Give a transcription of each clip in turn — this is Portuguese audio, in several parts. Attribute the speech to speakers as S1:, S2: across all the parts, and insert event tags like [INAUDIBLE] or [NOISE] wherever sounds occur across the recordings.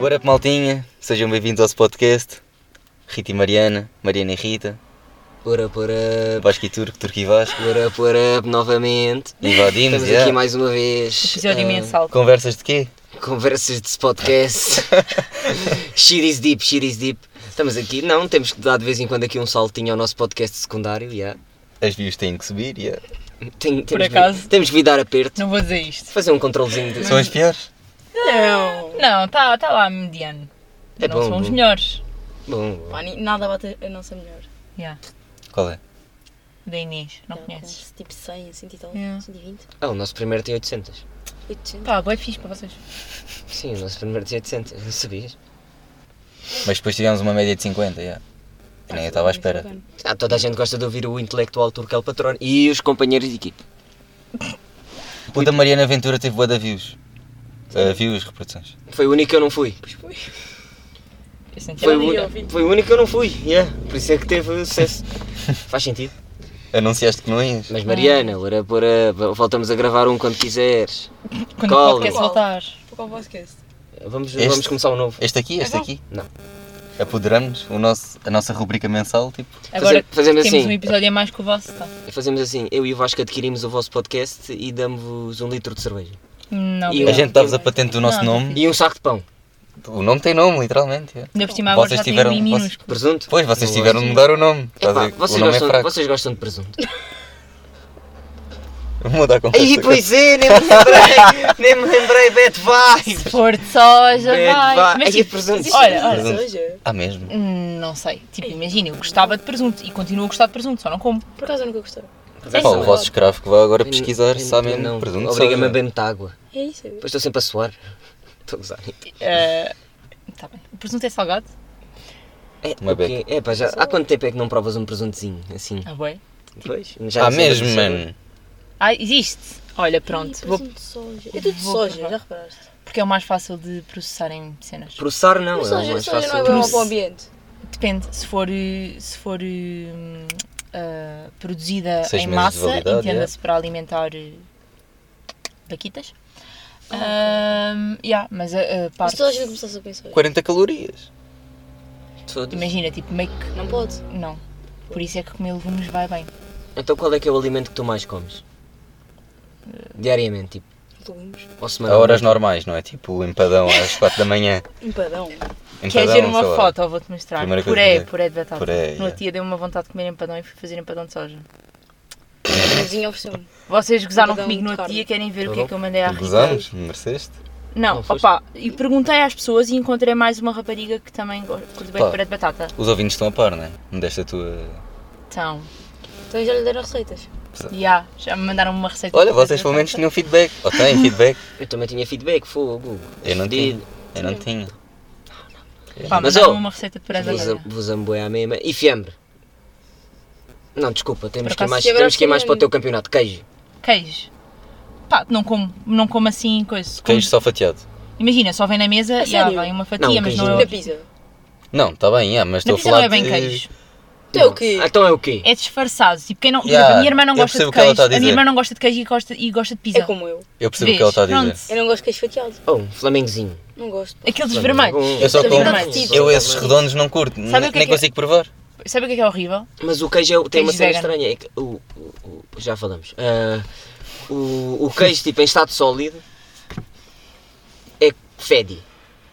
S1: What up, maltinha? Sejam bem-vindos ao podcast. Rita e Mariana, Mariana e Rita,
S2: What up, what up,
S1: Vasco e Turco, Turco e Vasco,
S2: what up, what up, novamente. [LAUGHS]
S1: invadimos,
S2: Estamos
S1: yeah.
S2: aqui mais uma vez.
S3: Episódio
S2: ah,
S3: mensal.
S1: Conversas de quê?
S2: Conversas de podcast. shit is deep, shit is deep. Estamos aqui, não, temos que dar de vez em quando aqui um saltinho ao nosso podcast secundário, yeah.
S1: As views têm que subir, yeah.
S2: Tem- temos
S3: Por
S2: que-
S3: acaso.
S2: temos que vir dar aperto.
S3: Não vou dizer isto.
S2: Fazer um controlezinho de...
S1: São as piores?
S3: Não. Não, está tá lá mediano.
S2: É
S3: não
S2: bom,
S3: são os
S2: bom.
S3: melhores.
S2: Bom, bom.
S4: Pá, ni- nada bate a nossa melhor.
S3: Yeah.
S1: Qual é?
S3: Da Inês, não
S4: Ela
S3: conheces?
S4: conhece Tipo 100, 100 e tal,
S3: Yeah.
S4: 120,
S2: Ah, o nosso primeiro tem 800.
S4: 800.
S3: Pá, bem fixe para vocês.
S2: Sim, o nosso primeiro tem 800, não sabias?
S1: Mas depois tivemos uma média de 50, yeah. E nem eu estava à espera.
S2: Ah, toda a gente gosta de ouvir o intelectual Turcal Patrón e os companheiros de equipe.
S1: O da Mariana Ventura teve boa da views. Ah, views, reproduções.
S2: Foi o único que eu não fui.
S3: Eu senti
S2: Foi
S3: ela-
S2: o,
S4: eu
S2: uni-
S4: vi.
S2: foi o único que eu não fui, yeah. por isso é que teve sucesso. Faz sentido.
S1: Anunciaste que não ias?
S2: Mas Mariana, ora, ora, voltamos a gravar um quando quiseres.
S3: Quando
S2: Calma.
S3: o podcast voltar.
S4: Pouco ao podcast.
S2: Vamos,
S1: Este?
S2: vamos começar um novo.
S1: Este aqui, este aqui?
S2: Não.
S1: Apoderamos o nosso, a nossa rubrica mensal, tipo.
S3: Agora
S2: fazemos
S3: temos
S2: assim.
S3: um episódio a mais que o vosso. Tá?
S2: Fazemos assim, eu e o Vasco adquirimos o vosso podcast e damos-vos um litro de cerveja. E
S3: Não,
S1: A
S3: obrigada.
S1: gente dá-vos a patente do nosso
S3: Não, não
S1: nome.
S2: E um saco de pão.
S1: O nome tem nome, literalmente. yeah.
S3: Ainda por cima agora
S1: Vocês
S3: já tem
S1: tiveram-
S3: um i
S1: vocês-
S3: minúsculo.
S2: Presunto?
S1: Pois, vocês
S2: Não
S1: tiveram um de mudar o nome.
S2: gosto.
S1: Estás a
S2: Epá,
S1: ver? o
S2: vocês,
S1: nome é
S2: gostam,
S1: fraco.
S2: vocês gostam de
S1: [LAUGHS]
S2: presunto.
S1: Vou mudar a conversa.
S2: Ai, pois é, nem me
S1: [LAUGHS]
S2: lembrei. nem me lembrei, Beto, vai.
S3: Se for de soja,
S2: Bem, vai.
S3: vai.
S2: Ai,
S3: tipo,
S2: é presunto.
S1: É,
S3: olha, olha.
S1: Presunto.
S4: Hoje,
S1: Ah, mesmo?
S3: hum, Não sei. Tipo, imagina, eu gostava de presunto e continuo a gostar de presunto, só não como.
S4: por acaso eu nunca gostava.
S1: Pá, é o vosso escravo que vai agora
S2: Bem-
S1: pesquisar,
S2: bem-
S1: sabe
S2: bem-
S1: mesmo. Presunto
S2: Obriga-me a
S1: sabe.
S2: beber muita água.
S4: É isso.
S2: Depois estou sempre a suar. Estou a gozar.
S3: Eh, tá bem. O presunto é salgado?
S2: É,
S1: Uma
S2: o quê? É, pá, já, há quanto tempo é que não provas um presuntozinho assim?
S3: Ah, bem.
S2: Pois, já
S1: Ah,
S2: sei, é
S1: mesmo,
S2: mas-
S1: mano.
S3: Ah, existe. Olha, pronto.
S4: Pronto,
S3: Vou...
S4: de soja. É tudo de
S3: vou
S4: soja,
S3: provar.
S4: já reparaste?
S3: Porque é o mais fácil de processar em cenas.
S2: Processar não,
S4: Mas
S2: é o
S4: soja,
S2: mais
S4: soja
S2: fácil.
S4: não é bom
S3: Proce-
S4: para o ambiente.
S3: Depende, se for, eh, se for eh, hum, ah, produzida
S1: Seis
S3: em
S1: meses de
S3: massa,
S1: validade, é.
S3: entenda-se para alimentar eh, vaquitas. Ahm, yeah, mas eh, a, a
S4: Ah, Mas
S3: parte.
S4: toda a gente começasse a pensar.
S1: 40 calorias.
S2: Todos.
S3: Imagina, tipo, meio que.
S4: Não pode.
S3: Não. Por isso é que comer legumes vai bem.
S2: Então qual é que é o alimento que tu mais comes? Diariamente, tipo,
S4: Legumes.
S2: ou semana.
S1: A horas normais, não é? Tipo o empadão às 4 da manhã.
S4: Um padão.
S3: [LAUGHS] Queres
S1: Empadão,
S3: ver uma
S1: Então um, sei lá.
S3: foto? Vou-te mostrar.
S1: Primeira coisa
S3: puré,
S1: que eu-
S3: puré de batata.
S1: Puré,
S3: No
S1: yeah.
S3: outro dia deu-me uma vontade de comer empadão e fui fazer empadão de soja.
S4: A vizinha ofereceu-me.
S3: Vocês gozaram
S4: Empadão
S3: comigo no
S4: de
S3: outro
S4: carne.
S3: dia, querem ver o que
S2: Tá
S3: é que eu mandei à Rita?
S1: Gozamos, mereceste?
S3: Não,
S2: Não foste?
S3: opá, e perguntei às pessoas e encontrei mais uma rapariga que também go- curte bem
S1: Pá.
S3: de puré de batata.
S1: Os ouvintes estão a par, não é? Me deste a tua.
S3: Então,
S4: Então já lhe deram receitas.
S3: já, já me mandaram uma receita.
S1: Olha,
S3: de puré de
S1: vocês pelo menos
S3: batata.
S1: tinham feedback. Ou
S3: [LAUGHS]
S1: têm feedback?
S2: Eu também tinha feedback, fogo.
S1: Eu não
S2: Fedido.
S1: Eu não tinha.
S3: Pá,
S2: Mas,
S3: mandaram
S2: oh,
S3: uma receita de puré de
S2: Vos-
S3: batata.
S2: Vos amboé à mesma. E fiambre? Não, desculpa, temos
S3: Por
S2: que ir
S3: acaso,
S2: mais,
S4: fiambre
S2: temos que ir
S4: é
S2: mais para o
S4: fiambre.
S2: teu campeonato. Queijo.
S3: Queijo. Pá, não como, não como assim coisa. Como-
S1: Queijo só fatiado.
S3: Imagina, só vem na mesa
S4: A
S3: e há
S4: sério?
S3: vem uma fatia,
S2: Não,
S3: mas
S2: queijo
S3: não é.
S2: não.
S4: Na pizza.
S1: Não, está bem, yeah, mas estou
S3: Na
S1: a
S3: pizza não
S1: falar.
S3: é bem
S1: de-
S3: queijo.
S4: Então é o quê?
S2: Ah, Então é o quê?
S3: É disfarçado. Tipo, quem não. por
S1: Yeah,
S3: exemplo, a minha irmã não
S1: eu
S3: gosta
S1: percebo
S3: de
S1: o que ela
S3: queijo.
S1: tá a
S3: A, minha
S1: dizer.
S3: irmã não gosta de queijo e gosta, e gosta de pizza.
S4: É como eu.
S1: Eu percebo o que
S3: Vês?
S1: ela está a dizer.
S3: Pronto.
S4: Eu não gosto de queijo fatiado.
S2: Oh, um flamengozinho.
S4: Não gosto.
S3: Aqueles vermelhos.
S1: Eu só
S3: Os
S1: como.
S3: vermelhos.
S1: Eu esses redondos não curto.
S3: Sabe o que
S1: Nem
S3: é
S1: nem
S3: que é?
S1: consigo provar.
S3: Sabe o que é que é horrível?
S2: Mas o queijo é- tem uma
S3: Queijo
S2: cena
S3: vegan.
S2: estranha. é que o- o- o- já falamos. Ah, o, o queijo, tipo, em estado sólido, é fede.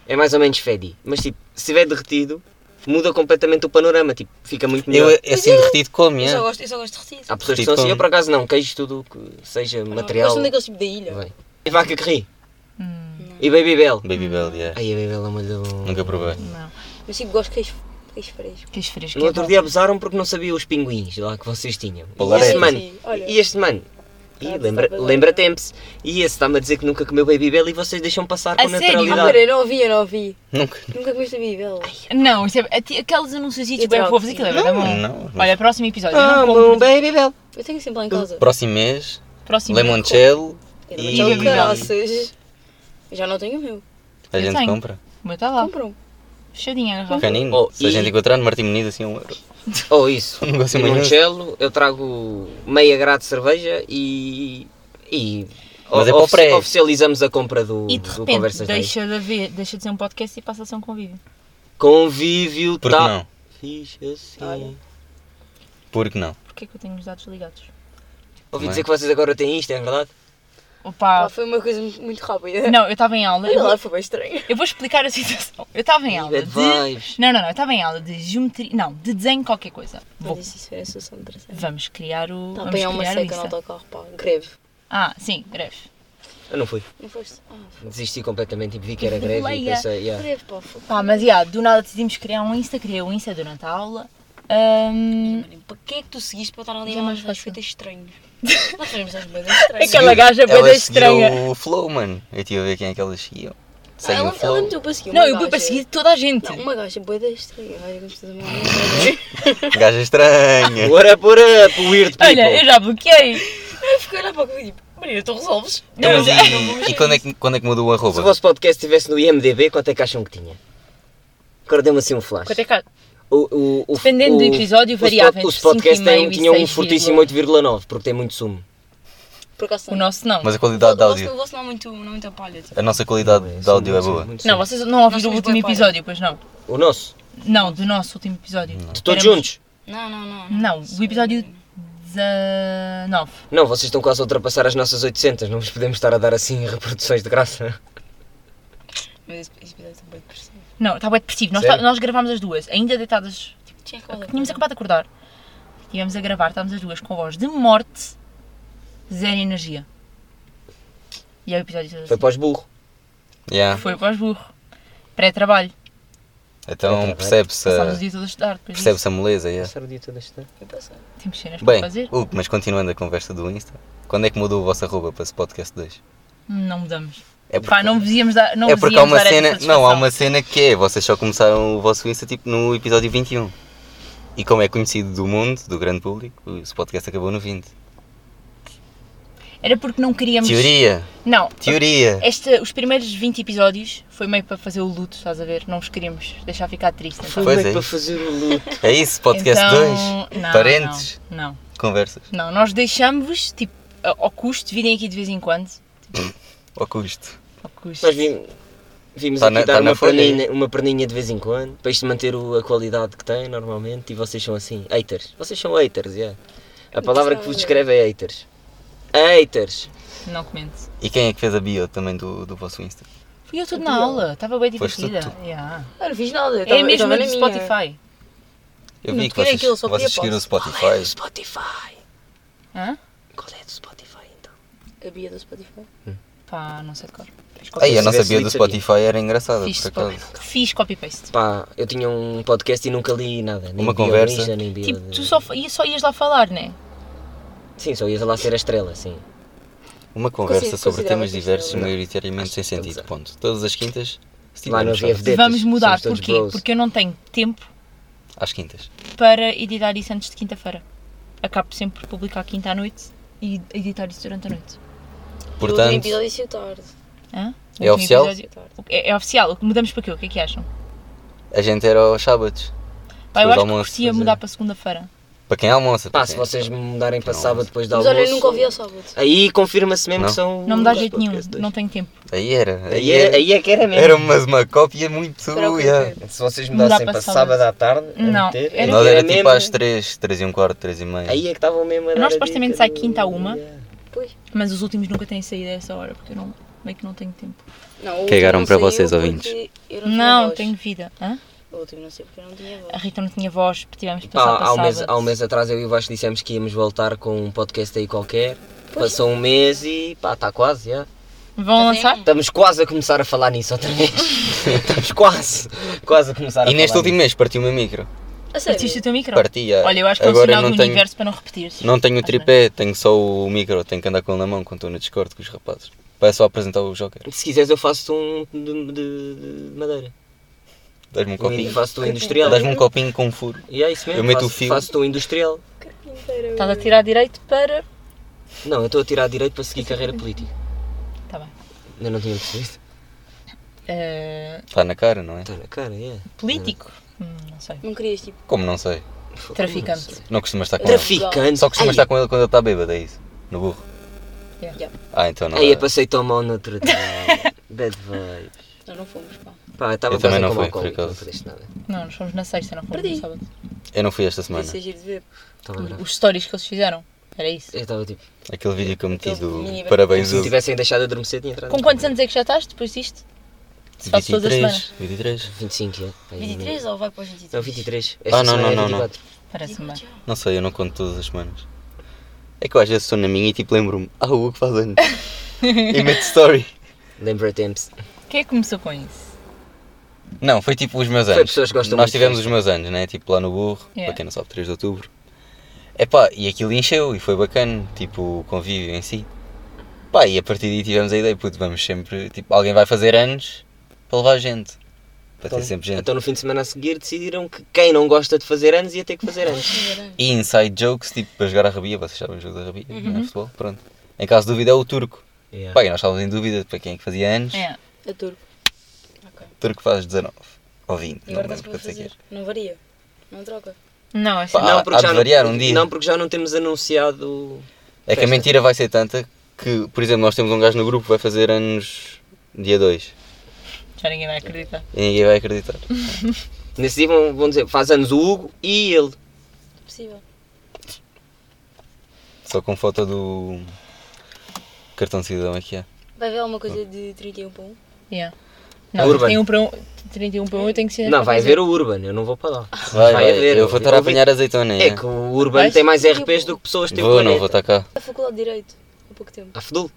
S2: É mais ou menos fede. Mas, tipo, se estiver derretido, muda completamente o panorama. Tipo, fica muito melhor.
S1: Eu é tipo, assim derretido como,
S4: Eu só
S1: yeah. Ah,
S4: gosto, eu só gosto de retido.
S2: Há pessoas que
S1: derretido
S2: são assim.
S1: como-
S2: Eu, por acaso, não. Queijo, tudo o que seja material.
S4: Gosto daqueles tipo da ilha.
S2: vai. E vaca que ri.
S3: Hum,
S2: E Baby Bell.
S1: Baby Bell, yeah.
S2: Ai, a Baby Bell é muito bom.
S1: Nunca provei.
S3: não.
S4: Mas tipo, gosto de queijo, queijo fresco.
S3: Queijo fresco.
S2: No
S3: é
S2: outro
S3: bom.
S2: dia abusaram porque não sabia os pinguins lá que vocês tinham. E
S1: Olaretas.
S2: este mano,
S4: Sim, olha.
S2: e este mano, e
S4: Ah,
S2: lembra,
S4: sabe,
S2: lembra tempos. E esse está-me a dizer que nunca comeu Baby Bell e vocês deixam passar
S3: A
S2: com
S3: sério?
S4: Ah,
S2: naturalidade.
S4: pera, eu não ouvi, eu não ouvi.
S1: Nunca.
S4: Nunca comeste a Bibel.
S3: Não, isso é, ati- aqueles anúncios
S4: Eu
S3: bem
S4: troco.
S3: fofos, aquilo é bem bom.
S1: Não.
S3: Olha, próximo episódio. eu
S2: Ah,
S3: não
S2: bom,
S3: compro.
S2: Baby Bell.
S1: [LAUGHS]
S4: Eu tenho sempre lá em casa.
S1: Próximo mês,
S3: Próximo
S1: Lemoncello
S4: Eu
S1: e
S4: não tenho
S3: Bibel.
S4: caraças. Eu Já não tenho o meu.
S1: a gente
S3: tenho.
S1: compra.
S3: O meu está tá lá.
S4: Compram.
S3: Fechadinho, a garrafa.
S1: Canino.
S2: Oh,
S1: Se a
S2: e-
S1: gente encontrar no Martim Menino assim um euro.
S2: Ou Oh, isso.
S1: Um negócio
S2: E
S1: manhoso.
S2: um gelo, eu trago meia grade de cerveja e. e
S1: Mas é para o
S2: Ofici-
S1: pré.
S2: Oficializamos a compra do,
S3: E de
S2: do
S3: repente
S2: Conversas Reis.
S3: deixa de, haver, deixa de ser um podcast e passa a ser um convívio.
S2: Convívio
S1: Porque
S2: tal.
S1: não?
S2: Fixe assim.
S4: Olha.
S1: Porque não?
S3: Porquê que eu tenho os dados ligados?
S2: Ouvi
S1: Não é?
S2: dizer que vocês agora têm isto, é verdade?
S4: Ah,
S3: Opa,
S4: foi uma coisa mu- muito rápida.
S3: não, eu estava em aula.
S4: Olha
S3: Eu
S4: [LAUGHS] lá,
S3: vou,
S4: foi bem estranho.
S3: eu vou explicar a situação. Eu estava em
S2: Ih,
S3: aula
S2: bad
S3: de.
S2: vibes.
S3: Não, não, não, eu estava em aula de geometria. Não, de desenho qualquer coisa. Vou-
S4: Mas isso, isso foi na solução de terceiro.
S3: vamos criar o.
S4: Está a
S3: Vamos
S4: apanhar Tá, uma
S3: criar o
S4: seca no
S3: Insta.
S4: autocarro, pá. Greve.
S3: Ah, sim, greve.
S2: Eu não fui.
S4: Não foste? Ah, foi.
S2: Desisti completamente e vi
S3: [LAUGHS]
S2: que era greve e
S3: Leia.
S2: pensei,
S1: É.
S2: yeah.
S4: Greve, pá. Foi.
S3: Pá, Ah, mas já, do nada decidimos criar um Insta, criei um Insta durante a aula. Ahm,
S4: Mano, para que é que tu seguiste para estar ali
S3: Já
S4: a
S3: mais
S4: uns
S3: fácil. [LAUGHS]
S4: feitas estranhos? Nós queremos uns bandas estranhos.
S3: Aquela gaja
S1: Elas
S3: bué da
S1: seguiram
S3: estranha. Ah,
S1: o flow, mano. Eu estive a ver quem é que elas seguiam. Sem
S4: Ah, ela,
S1: o flow.
S4: ela meteu para seguir uma
S3: não, eu fui
S4: gaja.
S3: para seguir toda a gente.
S4: Não, uma gaja boeda estranha. Olha como estás a falar.
S1: Gaja estranha.
S2: What up, what up, weird people?
S3: Olha, eu já bloqueei.
S4: Eu fiquei lá para o e tipo, Maria, tu resolves?
S1: Então, mas
S3: Não,
S1: e, e quando, é que, quando é que mudou o
S2: Se o
S1: arroba?
S2: vosso podcast estivesse no IMDB, quanto é que acham que tinha? Agora deu-me assim um flash.
S3: Quanto é que há?
S2: O- o- o-
S3: Dependendo do episódio,
S2: os
S3: variava
S2: pod-
S3: entre
S2: Os podcasts
S3: 5,5
S2: têm-
S3: e
S2: tinham um
S3: 6,9.
S2: fortíssimo 8,9, porque tem muito sumo.
S4: Por acaso
S3: O nosso não.
S1: Mas é a qualidade de
S4: O
S1: áudio.
S4: vosso não é muito, não é muito palha. Tipo.
S1: A nossa qualidade de
S2: Sumo,
S1: áudio é
S2: sumo,
S1: boa.
S2: muito
S3: Não,
S2: sumo.
S3: vocês não ouviram o
S4: somos
S3: último
S4: bué para.
S3: episódio, pois não.
S2: O nosso?
S3: Não, do nosso último episódio.
S1: Não.
S2: De todos
S3: Éramos-
S2: juntos?
S4: Não, não, não.
S3: Não, o episódio 19.
S2: Não, vocês estão quase a ultrapassar as nossas 800, não vos podemos estar a dar assim [LAUGHS] reproduções de graça.
S4: Mas esse esse episódio é está bem depressivo.
S3: Não, estava depressivo. Nós,
S2: Sério?
S3: tá- nós gravámos as duas, ainda deitadas.
S4: Tinha
S3: Tínhamos acabado de acordar. Estivemos a gravar, estávamos as duas com voz de morte, zero energia. E aí o episódio todo
S2: Foi
S3: assim.
S2: para os burro.
S1: Yeah.
S3: Foi para os burro. Pré-trabalho.
S1: Então percebe-se
S3: Passámos o
S1: a,
S3: dia todo a estudar. Depois disso,
S1: percebe a moleza. Yeah.
S2: Passar o dia todo a estudar.
S3: temos cenas para
S1: Bem,
S3: fazer.
S1: Hugo, mas continuando a conversa do Insta, quando é que mudou o vosso arroba para esse podcast 2?
S3: Não mudamos.
S1: É
S3: Pá, não vos íamos dar. Não
S1: é
S3: vos
S1: porque há
S3: íamos
S1: uma
S3: dar essa
S1: cena. Não, há
S3: satisfação.
S1: uma cena que é. Vocês só começaram o vosso Insta tipo no episódio 21. E como é conhecido do mundo, do grande público, o podcast acabou no 20.
S3: Era porque não queríamos.
S1: Teoria!
S3: Não.
S1: Teoria!
S3: Esta, os primeiros 20 episódios foi meio para fazer o luto, estás a ver? Não vos queríamos deixar ficar triste. Então.
S2: Foi
S1: Pois
S2: meio
S1: é
S2: para
S1: isso.
S2: fazer o luto.
S1: É isso, podcast
S3: Então,
S1: 2.
S3: não,
S1: Parentes,
S3: Não, não,
S1: conversas,
S3: não. Nós deixamos-vos, tipo, a- ao custo, virem aqui de vez em quando.
S1: ao custo.
S3: Ao custo.
S2: Nós vim- vimos
S1: Tá
S2: aqui
S1: na-
S2: dar
S1: tá na
S2: uma,
S1: folha.
S2: perninha, uma perninha de vez em quando, para isto manter o- a qualidade que tem normalmente, e vocês são assim, haters. Vocês são haters, yeah. A palavra que vos descreve é haters. Haters.
S3: Não comente.
S1: E quem é que fez a bio também do, do vosso Insta?
S3: Fui eu tudo na aula, estava bem
S1: Foste
S3: divertida.
S1: tudo
S3: Yeah.
S4: Eu não fiz nada. Eu
S3: É
S4: tava,
S3: a mesma
S4: eu tava
S3: do
S4: na minha.
S3: Spotify.
S1: Eu
S4: Não
S1: vi que
S4: tirei
S1: vocês,
S4: aquilo, só queria
S1: vocês seguiram o
S2: Qual é do
S1: Spotify.
S2: Spotify?
S3: Hã?
S2: Qual é do Spotify então?
S4: A Bia do Spotify.
S3: Pá, não sei de cor. Fiz
S1: Aí,
S3: copy-paste.
S1: a nossa bio do
S2: Tivesse lido,
S1: Spotify era engraçada,
S3: Fiz
S1: por acaso.
S3: copy- Fiz copy-paste.
S2: Pá, eu tinha um podcast e nunca li nada. Nem
S1: Uma
S2: bio
S1: conversa.
S2: ninja, nem bio
S3: Tipo,
S2: de-
S3: tu só, e só ias lá falar, né?
S2: Sim, só ias lá ser a estrela, sim.
S1: Uma conversa
S4: Consigo-
S1: sobre temas
S4: considerava que isto era
S1: diversos,
S4: legal.
S1: maioritariamente sem
S2: Acho que
S1: sentido.
S2: estamos
S1: Ponto. Todas as quintas, se
S2: Lá no
S1: tivermos, sabe?
S2: VFD. Detas,
S3: Vamos mudar,
S2: somos todos
S3: porquê?
S2: bros.
S3: Porque eu não tenho tempo
S1: às quintas.
S3: para editar isso antes de quinta-feira. Acabo sempre por publicar quinta à noite e editar isso durante a noite.
S4: o último
S1: Portanto,
S4: episódio saiu tarde.
S3: Hã? O
S1: É
S3: último
S1: oficial?
S3: episódio-
S4: Saiu tarde.
S3: O- É, é oficial, O que mudamos para quê? O que é que acham?
S1: a gente era aos sábados.
S3: Pá,
S1: Depois
S3: eu
S1: do
S3: acho que
S1: almoço,
S3: curtia
S1: pois é.
S2: né?
S3: mudar para segunda-feira.
S1: Para quem almoça. para
S2: Pá, se
S1: quem-
S2: vocês me mudarem para
S1: Não.
S2: sábado depois da
S4: Mas
S2: almoço...
S4: olha, eu nunca ouvi ao sábado.
S2: Aí confirma-se mesmo
S1: Não.
S2: que são...
S3: Não me dá
S2: os
S3: jeito nenhum,
S2: podcasts dois.
S3: não tenho tempo.
S1: Aí era.
S2: Aí é, aí é que era mesmo.
S1: Era uma, uma cópia muito.
S4: Era o que eu
S1: yeah.
S4: quero.
S2: É Se vocês
S3: Mudar
S2: mudassem
S3: para
S2: para
S3: sábado.
S2: sábado à tarde... a
S3: Não,
S2: meter,
S3: era-
S1: Nós era tipo
S2: mesmo-
S1: às 3, 3 e um quarto, 3 e meia.
S2: Aí é que estavam mesmo a dar
S3: Nós
S2: a
S3: supostamente
S2: dica
S3: sai
S2: do-
S3: quinta à uma.
S2: Yeah.
S4: Pois.
S3: Mas os últimos nunca têm saído a essa hora, porque eu não, meio que não tenho tempo.
S4: Não, o último
S1: Cagaram
S4: não
S1: para
S4: saiu
S1: vocês,
S4: porque
S1: ouvintes.
S4: eu não tinha
S3: Não,
S4: voz.
S3: tenho vida. Hã?
S4: O último não sei porque eu não tinha
S3: A
S4: voz.
S3: Rita não tinha voz, tivemos que
S2: Pá,
S3: passar para
S2: há, um mês,
S3: sábado.
S2: há um mês atrás eu e o Vasco dissemos que íamos voltar com um podcast aí qualquer. Passou um mês e pá, está quase, já.
S3: Vão lançar?
S2: Estamos quase a começar a falar nisso outra [LAUGHS] vez. Estamos quase, quase a começar a
S1: E
S2: falar
S1: neste último
S2: nisso.
S1: mês partiu uma micro.
S4: A sério?
S3: Partiste o teu micro?
S1: Partia.
S3: Olha, eu acho que é um
S1: Agora
S3: sinal do
S1: não tenho,
S3: universo para não repetir.
S1: Não tenho o tripé, tenho só o micro, tenho que andar com ele na mão quando estou no Discord com os rapazes. Para só apresentar o Joker.
S2: Se quiseres eu faço-te um de, de- de madeira.
S1: Dás-me um
S2: Um,
S1: copinho.
S2: faço-te um industrial.
S1: Dás-me um copinho com um furo.
S2: E é isso mesmo.
S1: Eu meto
S2: faço-
S1: o fio.
S2: Faço-te um industrial.
S3: Estás a tirar direito para.
S2: Não, eu estou a tirar direito para seguir carreira política.
S3: Está tá bem.
S2: Eu não tinha percebido.
S3: Eh,
S1: Está na cara, não é?
S2: Está na cara, é.
S3: político? Hum, não sei.
S4: Não querias, tipo,
S1: Como não sei?
S2: Fogo,
S3: Traficante.
S2: não sei.
S1: Não costumas estar com ele.
S2: Traficante.
S1: Só costumas
S2: Ai,
S1: estar com ele quando ele está bêbado, é isso. No burro. Ah, então não.
S2: Aí eu
S1: era.
S2: passei tão mal no
S1: [LAUGHS]
S2: outro dia. Bad vibes.
S4: Nós não fomos, pá.
S2: Pá, estava
S1: Eu também
S2: quase
S1: não
S2: como
S1: fui, por
S2: alcoólico, não
S1: acaso.
S2: fizeste nada.
S3: Não, nós fomos na sexta, não fomos
S4: Perdi.
S3: no sábado.
S1: Eu não fui esta semana.
S4: Isso é giro de ver.
S2: Estava grave.
S3: Os stories que eles fizeram, era isso.
S2: Eu estava tipo,
S1: Aquele vídeo que eu meti
S4: Aquele
S1: do
S4: mini-
S1: Parabéns
S2: se me
S1: Hugo.
S2: tivessem deixado eu adormecer, tinha entrado.
S3: Com
S2: no
S3: quantos
S2: coma.
S3: anos é que já estás depois disto? Se faz todas as
S1: 23.
S3: semanas.
S1: 23.
S2: 25, é? Pá,
S4: 23 ou vai para os 23?
S2: Não, 23.
S1: Ah,
S2: Esta
S1: não,
S2: semana
S1: não,
S2: é
S1: não, não.
S2: 24.
S3: Parece-me bem.
S4: Digo-te já.
S1: Não sei, eu não conto todas as semanas. É que eu às vezes estou na minha e tipo lembro-me, ah, o Hugo faz
S4: [LAUGHS]
S1: anos. e meto story.
S2: Lembra tempos.
S3: Quem é que começou com isso?
S1: Não, foi tipo os meus
S2: Foi
S1: anos.
S2: pessoas que gostam
S1: Nós
S2: muito
S1: tivemos
S2: de
S1: os meus anos, né? Tipo lá no burro,
S3: Yeah.
S1: para quem não sabe, 3 de outubro. Epá, e aquilo encheu e foi bacana, tipo o convívio em si. Pá, e a partir daí tivemos a ideia, puto, vamos sempre, tipo, alguém vai fazer anos para levar gente. Para ter é sempre gente.
S2: Então no fim de semana a seguir decidiram que quem não gosta de fazer anos ia ter que fazer anos.
S1: E inside jokes, tipo, para jogar a rabia, vocês sabem o jogo da rabia, não é futebol, pronto. Em caso de dúvida é o turco.
S2: Yeah.
S1: Pá, e nós estávamos em dúvida para quem é que fazia anos.
S3: É.
S4: É turco. Ok.
S1: O turco faz 19 ou 20,
S4: E
S1: não
S4: agora
S1: me
S4: estás
S1: lembro
S4: para
S1: quanto é que é.
S4: fazer. Não varia. Não troca.
S3: Não, é assim.
S1: Pá, há- há de variar um dia.
S2: Não, porque já não temos anunciado.
S1: É que a
S2: Festa.
S1: mentira vai ser tanta que, por exemplo, nós temos um gajo no grupo que vai fazer anos dia 2
S3: Já ninguém vai acreditar.
S1: e ninguém vai acreditar.
S2: Nesse dia vão, vão dizer, faz anos o Hugo e ele.
S4: Impossível.
S1: Só com foto do cartão de cidadão aqui é.
S4: Vai haver alguma coisa de 31 para 1?
S3: Yeah. Não,
S2: Urban.
S3: 31 para 1, 31 para 1 eu tenho que ser.
S2: Não, vai haver um o Urban, eu não vou para lá.
S1: Vai, vai, eu vou estar a
S2: ouvi-
S1: apanhar azeitona.
S2: É que o Urban
S3: Vais?
S2: tem mais RPs do que pessoas que têm
S1: Vou, não vou estar cá.
S4: A faculdade de Direito. Há pouco tempo.
S2: A Fedul,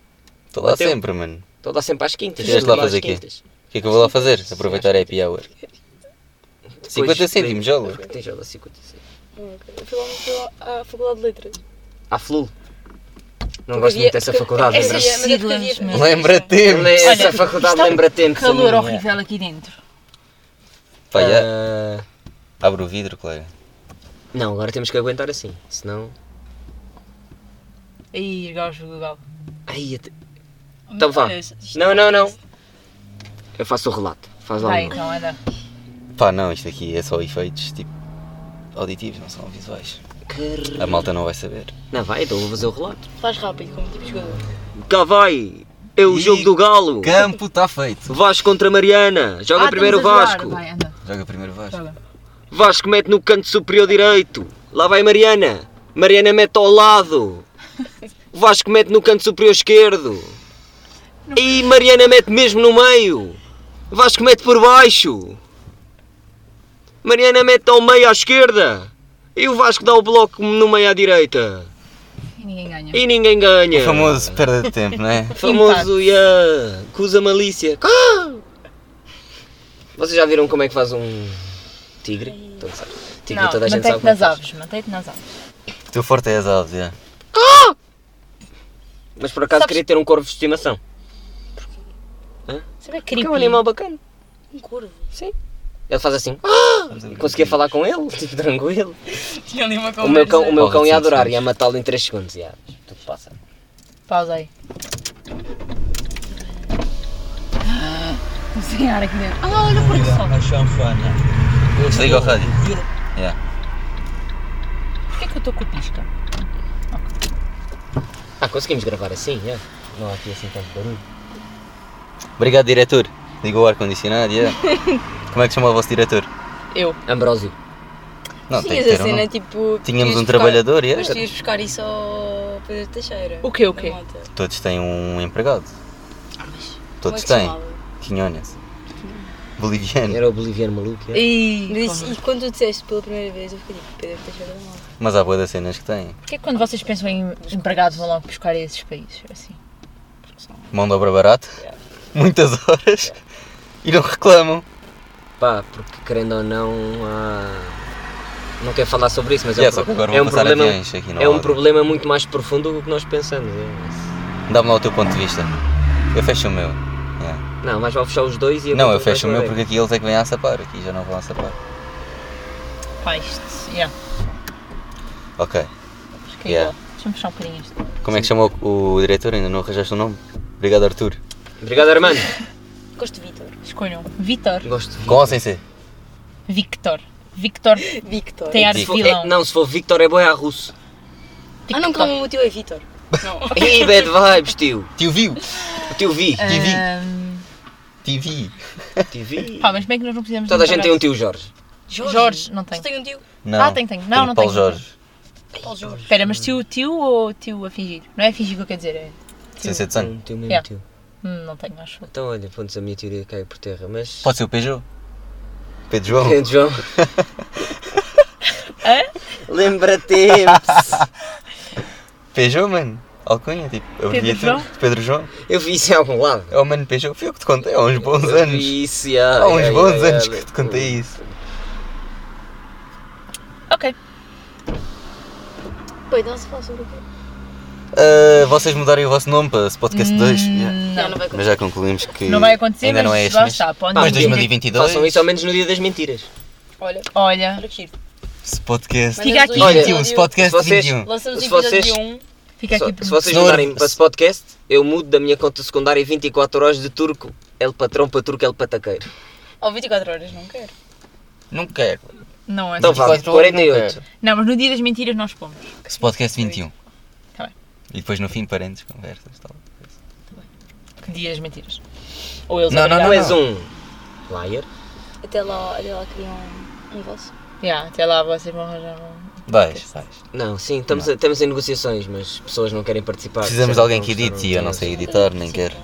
S1: Estou lá
S2: Bateu.
S1: sempre, mano.
S2: estou lá sempre às quintas.
S1: Tiveste
S2: sempre
S1: lá fazer
S2: às
S1: quê?
S2: quintas.
S1: O que é que eu vou lá fazer? Aproveitar a happy hour. 50 cêntimos, já, Lu.
S2: Tem jola 50 cêntimos.
S4: Não, Ah, ok. Eu fui lá- fui lá à faculdade de Letras.
S2: A Flul. Não
S4: Porque
S2: gosto
S4: havia-
S2: muito dessa
S4: porque-
S2: faculdade.
S4: é
S2: lembra-se?
S4: sério, mas é porque
S3: Siglas,
S4: havia-
S3: meu.
S1: Lembra-te!
S2: Lembra- Essa faculdade lembra tempos. a
S3: calor
S2: mim,
S3: horrível aqui dentro.
S2: é.
S1: Pá, já.
S2: Ah,
S1: Abre o vidro, colega.
S2: Não, agora temos que aguentar assim, senão.
S3: Aí, os gajos do eh, Galo.
S2: Ai, até- Então vá. Não, não, não. Eu faço o relato. Faz lá
S3: Vai
S2: um.
S3: então, anda.
S1: Pá, não, isto aqui é só efeitos tipo auditivos, não são visuais.
S2: Caralho.
S1: A malta não vai saber.
S2: Não vai, então vou fazer o relato.
S4: Faz rápido, como tipo jogador.
S2: Cá vai! É o
S1: E-
S2: jogo do Galo!
S1: Campo está feito.
S2: Vasco contra Mariana! Joga
S3: Ah,
S2: primeiro o
S3: estamos a jogar.
S2: Vasco!
S3: Vai, anda.
S1: Joga primeiro Vasco.
S3: Joga.
S2: Vasco mete no canto superior direito. Lá vai Mariana. Mariana mete ao
S3: [LAUGHS]
S2: lado. Vasco mete no canto superior esquerdo. E Mariana mete mesmo no meio. Vasco mete por baixo. Mariana mete ao meio à esquerda. E o Vasco dá o bloco no meio à direita.
S3: E ninguém ganha.
S2: E ninguém ganha.
S1: O famoso perda de tempo, não é?
S2: Famoso, yeah, que usa malícia. [LAUGHS] Ah! Vocês já viram como é que faz um tigre? Então, sabe. Tigre
S3: Não,
S2: toda a gente sabe
S3: mantém-te
S2: como é que
S3: nas
S2: faz.
S3: aves, mantém-te nas aves.
S1: O teu forte é as aves, é.
S2: Mas por acaso
S3: Sabes-
S2: queria ter um corvo de estimação.
S3: Sabe
S2: Porque
S3: creepy?
S2: é um animal bacana.
S4: Um curvo.
S2: Sim. Ele faz assim. Conseguia falar com ele, [LAUGHS] tipo tranquilo.
S3: [LAUGHS] Tinha ali uma
S2: O meu cão, o meu
S1: Corvo
S2: cão
S1: de
S2: ia adorar,
S1: estimação.
S2: ia matá-lo em 3 segundos. ia. Tudo passa.
S3: Pausa aí. Ah, Comecei a ar aqui dentro. Ah, olha o pôr do sol.
S1: Desliga o rádio. Yeah.
S3: Porquê que eu estou com a pisca?
S2: Ah, conseguimos gravar assim, yeah. não há aqui assim tanto barulho.
S1: Obrigado, diretor. Liga o ar-condicionado,
S4: [LAUGHS]
S1: yeah. Como é que chama o vosso diretor?
S3: Eu.
S2: Ambrósio.
S1: Não, tem que
S4: Tinhas a
S1: ter um
S4: cena
S1: nome.
S4: tipo.
S1: Tínhamos
S4: tu ias
S1: um
S4: buscar-
S1: trabalhador, yeah.
S4: Mas tu ias buscar isso ao Pedro Teixeira.
S3: O quê, o quê?
S4: na moto.
S1: Todos têm um empregado.
S4: Como é
S1: Todos
S4: que se
S1: têm.
S4: chamava?
S1: Quinhones. Boliviano.
S2: Era o boliviano maluco. é. yeah.
S3: E...
S4: Mas isso- e quando tu disseste pela primeira vez, eu fiquei tipo, Pedro Teixeira da Mota.
S1: Mas há boas cenas que têm.
S3: Porquê que quando vocês pensam em empregados vão logo buscar a esses países? Assim.
S1: Mão de obra barata. Muitas horas. E não reclamam.
S2: Pá, porque querendo ou não, há... não quero falar sobre isso, mas é
S1: Yeah,
S2: um,
S1: só que
S2: pro-
S1: agora
S2: é
S1: vão
S2: um
S1: passar
S2: problema.
S1: aviões aqui no
S2: É um
S1: áudio.
S2: problema muito mais profundo do que nós pensamos. é.
S1: Dá-me lá o teu ponto de vista. Eu fecho o meu. Yeah.
S2: Não, mas vou fechar os dois e
S1: Não,
S2: agora
S1: eu fecho o meu
S2: vais
S1: porque aqui eles é que vêm a sapar. Aqui já não vão a sapar.
S3: Pá, isto. Yeah.
S1: Ok.
S3: Acho que é
S1: Yeah.
S3: igual. Deixa-me puxar um bocadinho isto.
S1: Como é que chamou o o diretor? Ainda não arranjaste o nome? Obrigado, Arthur.
S2: Obrigado, Armando.
S4: Gosto de Vitor.
S3: Escolham. Vitor.
S2: Gosto de
S1: Com ou sem ser?
S3: Victor. Victor.
S4: Victor.
S3: Tem ar de
S2: Se for-
S3: vilão. [LAUGHS]
S2: é- não, se for Victor é boi a russo.
S4: Ah, não,
S3: TikTok.
S4: calma, o teu é Vitor.
S3: Não.
S2: Ih, bad vibes, tio.
S1: Tio viu?
S2: Tio Vi.
S3: É. Ah,
S1: TV.
S3: Ahm,
S1: Tio vi.
S2: Tio Vi.
S3: pá, mas bem que nós não precisamos. de
S2: Toda a
S3: muito
S2: gente tem um
S3: abraço.
S2: tio Jorge.
S3: Jorge, não tem.
S4: Só tem um tio.
S1: Não.
S3: Ah, tem, tem. Não, não
S1: Paulo
S3: tem.
S1: Jorge.
S4: Paulo Jorge.
S3: Espera, mas tio, tio ou tio a fingir? Não é fingir que eu quero dizer, é.
S1: Sem ser de sangue.
S2: Um tio mesmo
S3: Yeah.
S2: tio.
S3: Hum, não tenho, acho. eu.
S2: Então olha, pronto, a minha teoria cai por terra, mas... [LAUGHS]
S1: Pode ser o Pedro? Pedro João.
S2: Pedro João.
S3: [LAUGHS] Hã?
S1: [LAUGHS]
S2: Lembra-te.
S1: Peugeot, mano. Alcunha, tipo, abreviatura. Pedro João.
S2: Eu vi isso em algum lado.
S1: É o mano Peugeot. Fui eu que te contei há uns bons
S2: Eu vi
S1: anos.
S2: Isso, yeah,
S1: Há uns
S2: yeah,
S1: bons
S2: yeah,
S1: anos
S2: yeah.
S1: que te contei isso.
S3: Ok.
S4: Pô, então se fala sobre o quê?
S1: Ah, vocês mudarem o vosso nome para esse podcast 2.
S3: Hum,
S4: Não,
S3: Não,
S4: não vai
S1: Mas
S4: acontecer.
S1: já concluímos que
S3: Não vai acontecer,
S1: ainda não é
S3: mas
S1: este
S3: lá
S1: mês.
S3: está, para onde
S1: Mas
S3: ninguém-
S1: 2022,
S2: Façam isso ao menos no dia das mentiras.
S4: Olha,
S3: Olha,
S4: olha que giro.
S1: esse podcast
S4: Mas
S3: Fica
S4: nós
S3: aqui. um
S4: dois-
S2: Olha,
S1: 21, esse podcast
S2: se vocês-
S1: 21.
S4: Lançamos o
S2: Se
S4: episódio
S2: vocês-
S4: de um.
S3: fica
S2: Se-
S3: aqui.
S2: se vocês
S1: Senhor-
S2: mudarem para esse podcast, eu mudo da minha conta secundária 24 horas de turco. El patrão para turco, el pataqueiro.
S4: Ou 24 horas, não quero.
S1: Não quero.
S3: Não, é
S2: Então vá,
S1: 24
S2: 48.
S3: Não, mas no dia das mentiras nós pomos.
S1: Esse podcast 21.
S3: Tá bem.
S1: E depois no fim, parentes, conversas, tal.
S3: Que dia das mentiras. Ou eles
S1: Não, é. não,
S2: Não
S1: não.
S2: és um liar.
S4: Até lá, até lá queria um, um vosso.
S3: Yeah, até lá vocês vão arranjar. um-
S1: Vais, vais.
S2: Não, sim, estamos, a- estamos em negociações, mas pessoas não querem participar.
S1: Precisamos de alguém que edite
S2: Percebem?
S1: e eu não sei editar, nem quero.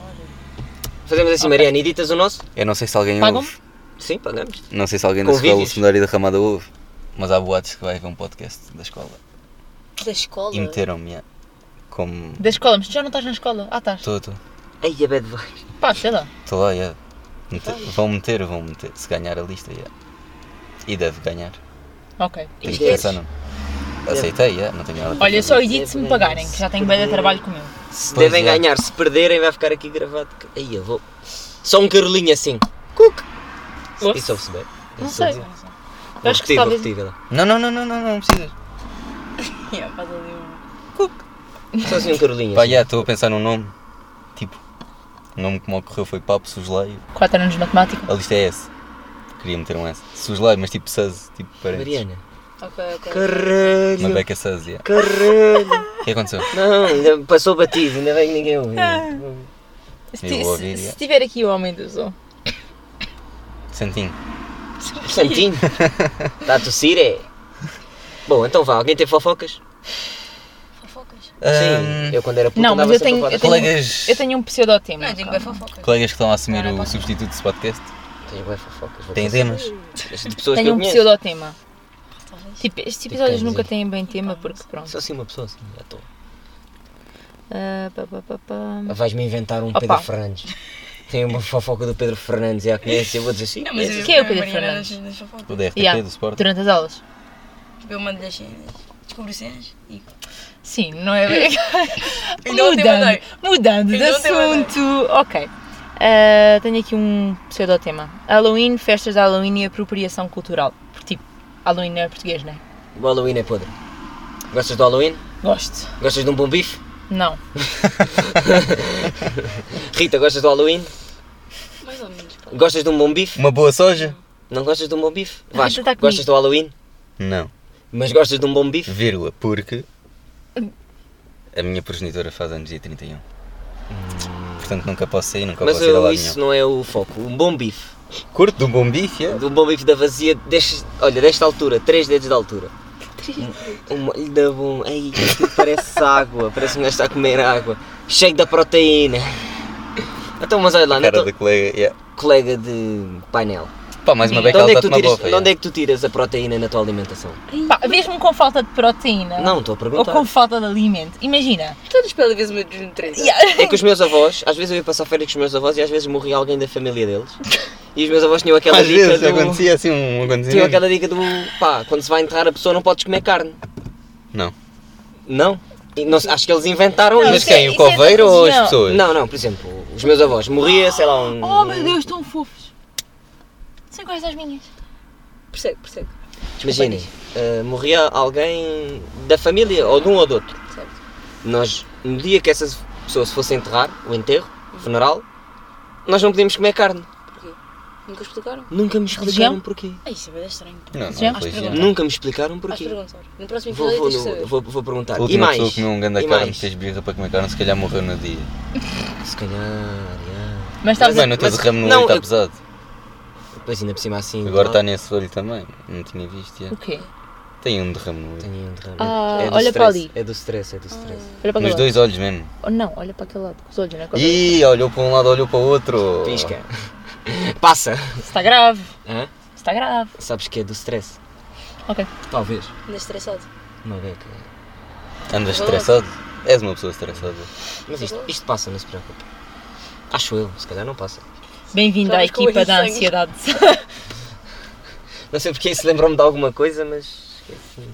S2: Fazemos assim, Mariana, editas o nosso?
S1: Eu não sei se alguém
S3: Pagam-me?
S1: ouve.
S2: Sim, pagamos.
S1: Não sei se alguém da
S2: Convívios.
S1: escola secundária da Ramada ouve. Mas há boatos que vai haver um podcast da escola.
S4: Da escola.
S1: E meteram-me ah, como.
S3: Da escola, mas tu já não estás na escola. Ah, estás.
S1: Estou, estou.
S2: Ai, a bad vibe.
S3: Pá, sei lá.
S1: Estou lá, yeah. Meter-
S3: Então.
S1: Vão meter, vão meter. Se ganhar a lista, yeah. E deve ganhar.
S3: Ok.
S1: Tenho que
S2: Queres?
S1: pensar, não. Aceitei, yeah. não tenho nada para
S3: Olha, só edito se me pagarem, que já tenho bem de trabalho com ele.
S2: Se
S1: Pois
S2: devem
S1: é.
S2: ganhar, se perderem, vai ficar aqui gravado. Aí eu vou. Só um carolinho assim. Cook!
S3: Ouça.
S1: é
S2: Isso ouve-se bem.
S3: Não
S2: Isso
S3: sei.
S2: ouve-se bem.
S3: não sei.
S2: Vou
S3: acho que
S2: repetir, vou
S3: talvez-
S2: repetir, vê lá.
S1: Não, não, não, não, não, não precisas.
S3: Yeah, faz ali um-
S2: Só assim um carolinho.
S1: Pá,
S2: assim.
S1: já, estou a pensar num nome. Tipo, o nome que me ocorreu foi Papo Sujleio.
S3: Quatro anos de matemática.
S1: A lista é S. Queria meter um S. Sujleio, mas tipo Suz, tipo
S2: é.
S1: parentes.
S2: Mariana.
S4: Ok, ok.
S1: Uma
S2: Caralho.
S1: beca Suz, yeah.
S2: Caralho.
S1: O que aconteceu?
S2: Não, ainda passou batido, ainda bem que ninguém ouviu.
S3: Se,
S1: Eu vou
S3: ti- se-
S1: ouvir,
S3: se
S1: yeah.
S3: tiver aqui o homem do zoo.
S1: Santinho.
S2: Santinho. é Está a tossir, é? Bom, então vá, alguém tem fofocas?
S4: Fofocas.
S2: Ah.
S1: Ahm,
S2: Sim, eu quando era puto
S3: Não, mas
S2: andava
S3: eu
S2: sempre
S3: tenho-
S2: a falar
S3: eu tenho-
S1: colegas,
S3: Eu tenho um pseudotema.
S4: Não, eu tenho bem fofocas.
S1: colegas que estão a assumir
S4: Não, não
S1: o
S4: posso.
S1: substituto desse podcast
S2: dessas- Tenho bué fofocas. vou
S1: têm
S2: fazer.
S1: temas.
S2: De pessoas que
S3: Tenho
S2: eu
S3: um
S2: conheço.
S3: pseudotema.
S4: Talvez.
S3: Tipo, estes episódios
S2: Depende.
S3: nunca têm bem tema, porque pronto.
S2: Só assim uma pessoa, assim, à toa.
S3: Ah, pá, pá, pá, pá.
S2: Vais-me inventar um
S3: Opa.
S2: Pedro Fernandes. Tem uma fofoca do Pedro Fernandes, já conhece, eu vou dizer sim.
S3: mas
S2: conheço.
S3: eu- Quem é o Pedro
S4: Mariana
S3: Fernandes?
S4: das- das fofocas.
S1: O DRTP,
S3: Yeah.
S1: do Sport.
S3: Durante as aulas.
S4: Tipo, eu mando-lhe as cenas, descobri cenas e.
S3: Sim, não é [LAUGHS] bem.
S4: Ainda ontem
S3: mudando,
S4: mandei.
S3: mudando de
S4: Ainda ontem
S3: assunto. Ok. Ah, tenho aqui um pseudotema: Halloween, festas de Halloween e apropriação cultural. Porque, tipo, Halloween não é português, não é?
S2: O Halloween é podre. Gostas do Halloween?
S3: Gosto.
S2: Gostas de um bom bife?
S3: Não.
S2: Rita, gostas do Halloween?
S4: Mais ou menos, pá.
S2: Gostas de um bom bife?
S1: Uma boa soja?
S2: Não gostas de um bom bife?
S3: A
S2: Vasco,
S3: Rita tá comigo.
S2: gostas do Halloween?
S1: Não.
S2: Mas gostas de um bom bife?
S1: Vírgula, porque
S4: Hum.
S1: a minha progenitora faz anos dia 31. Portanto, nunca posso sair, nunca
S2: Hum. Mas
S1: posso ir a
S2: eu-
S1: lado
S2: isso Ah,
S1: nenhum.
S2: não é o foco. Um bom bife.
S1: Curto de um bom bife, é?
S2: Do bom bife da vazia, deste, olha, desta altura, três dedos de altura. Um molho da bom. Ai, aquilo parece água, parece que um gajo está a comer água. Cheio da proteína. Então, mas olha lá, na
S1: cara
S2: tua
S1: da colega, yeah.
S2: colega de painel.
S1: Pá, mais uma
S2: De
S1: beca
S2: onde,
S1: ela tá
S2: é que
S1: está
S2: tu
S1: uma
S2: tiras,
S1: boca.
S2: de onde é que tu tiras a proteína na tua alimentação?
S3: Pá, mesmo com falta de proteína
S2: Não, estou a
S3: ou
S2: perguntar.
S3: com falta de alimento, imagina.
S4: Todos pela vez uma um desnutrida.
S2: É que os meus avós, às vezes eu ia passar férias com os meus avós e às vezes morria alguém da família deles. E os meus avós tinham aquela
S1: Às
S2: dica
S1: vezes
S2: do...
S1: acontecia assim um
S2: Tinham
S1: acontecimento.
S2: aquela dica do... Pá, quando se vai enterrar a pessoa não podes comer carne.
S1: Não.
S2: Não. E não- acho que eles inventaram
S3: Não,
S1: Mas
S2: isso.
S3: isso é-
S1: quem? O
S3: isso é da
S1: coveiro ou as
S3: religião.
S1: pessoas?
S2: Não, não, por exemplo, os meus avós morria, sei lá, um...
S3: Oh meu Deus, tão fofos. São iguais às minhas.
S4: Persegue, persegue.
S2: Imaginem, eh, morria alguém da família, ou de um ou do outro.
S4: Certo.
S2: Nós, no dia que essa pessoa se fosse enterrar, o enterro, o funeral, nós não podíamos comer carne.
S4: Porquê? Nunca explicaram?
S2: Nunca me explicaram
S3: Religião?
S2: porquê.
S4: Ah, isso é bem estranho. pá.
S1: Não,
S3: Já?
S1: não, pois,
S4: Às
S1: já.
S2: Nunca me explicaram
S4: Vais
S2: porquê.
S4: perguntar. No próximo
S2: Vou,
S4: episódio
S2: vou,
S4: tens de
S2: no-
S4: saber.
S2: vou, vou perguntar.
S1: A
S2: E
S1: última
S2: mais?
S1: pessoa que comeu um
S2: E
S1: grande carne,
S2: mais?
S1: fez birra para comer carne, se calhar morreu no dia. um-
S2: Se calhar, já.
S3: Tá, Mas estavas a...
S1: Mano, o teu
S2: mas-
S1: derrame no
S2: não,
S1: olho está
S2: eu-
S1: tá pesado.
S2: Depois ainda por cima assim.
S1: Agora
S2: tá-
S1: está nesse olho também. Não tinha visto,
S3: O
S1: já.
S3: quê?
S1: Tem um derrame no olho.
S2: Tenho um derrame.
S3: Ah,
S2: É do
S3: olha
S2: stress,
S3: para ali.
S2: É do stress, é do stress.
S3: Olha para aquele
S1: Nos
S3: lado.
S1: dois olhos mesmo.
S3: Oh, Não, olha para aquele lado. com Os olhos, não é? Com a cabeça.
S1: Ih, olhou para um lado, olhou para o
S3: Ah.
S1: outro.
S2: Pisca. é. [LAUGHS] Passa.
S3: Se está tá grave.
S2: Hã?
S3: Se está grave.
S2: Sabes que é do stress?
S3: Ok.
S2: Talvez.
S4: Ainda estressado.
S2: Uma beca.
S1: Andas estressado? És uma pessoa estressada.
S2: Mas isto, isto passa, não se preocupe. Acho eu, se calhar não passa.
S3: Bem-vindo à
S4: Estavas com
S3: equipa
S4: olho
S3: da
S4: sangue.
S3: [LAUGHS] ansiedade.
S2: Não sei porque isso lembrou-me de alguma coisa, mas. esqueci.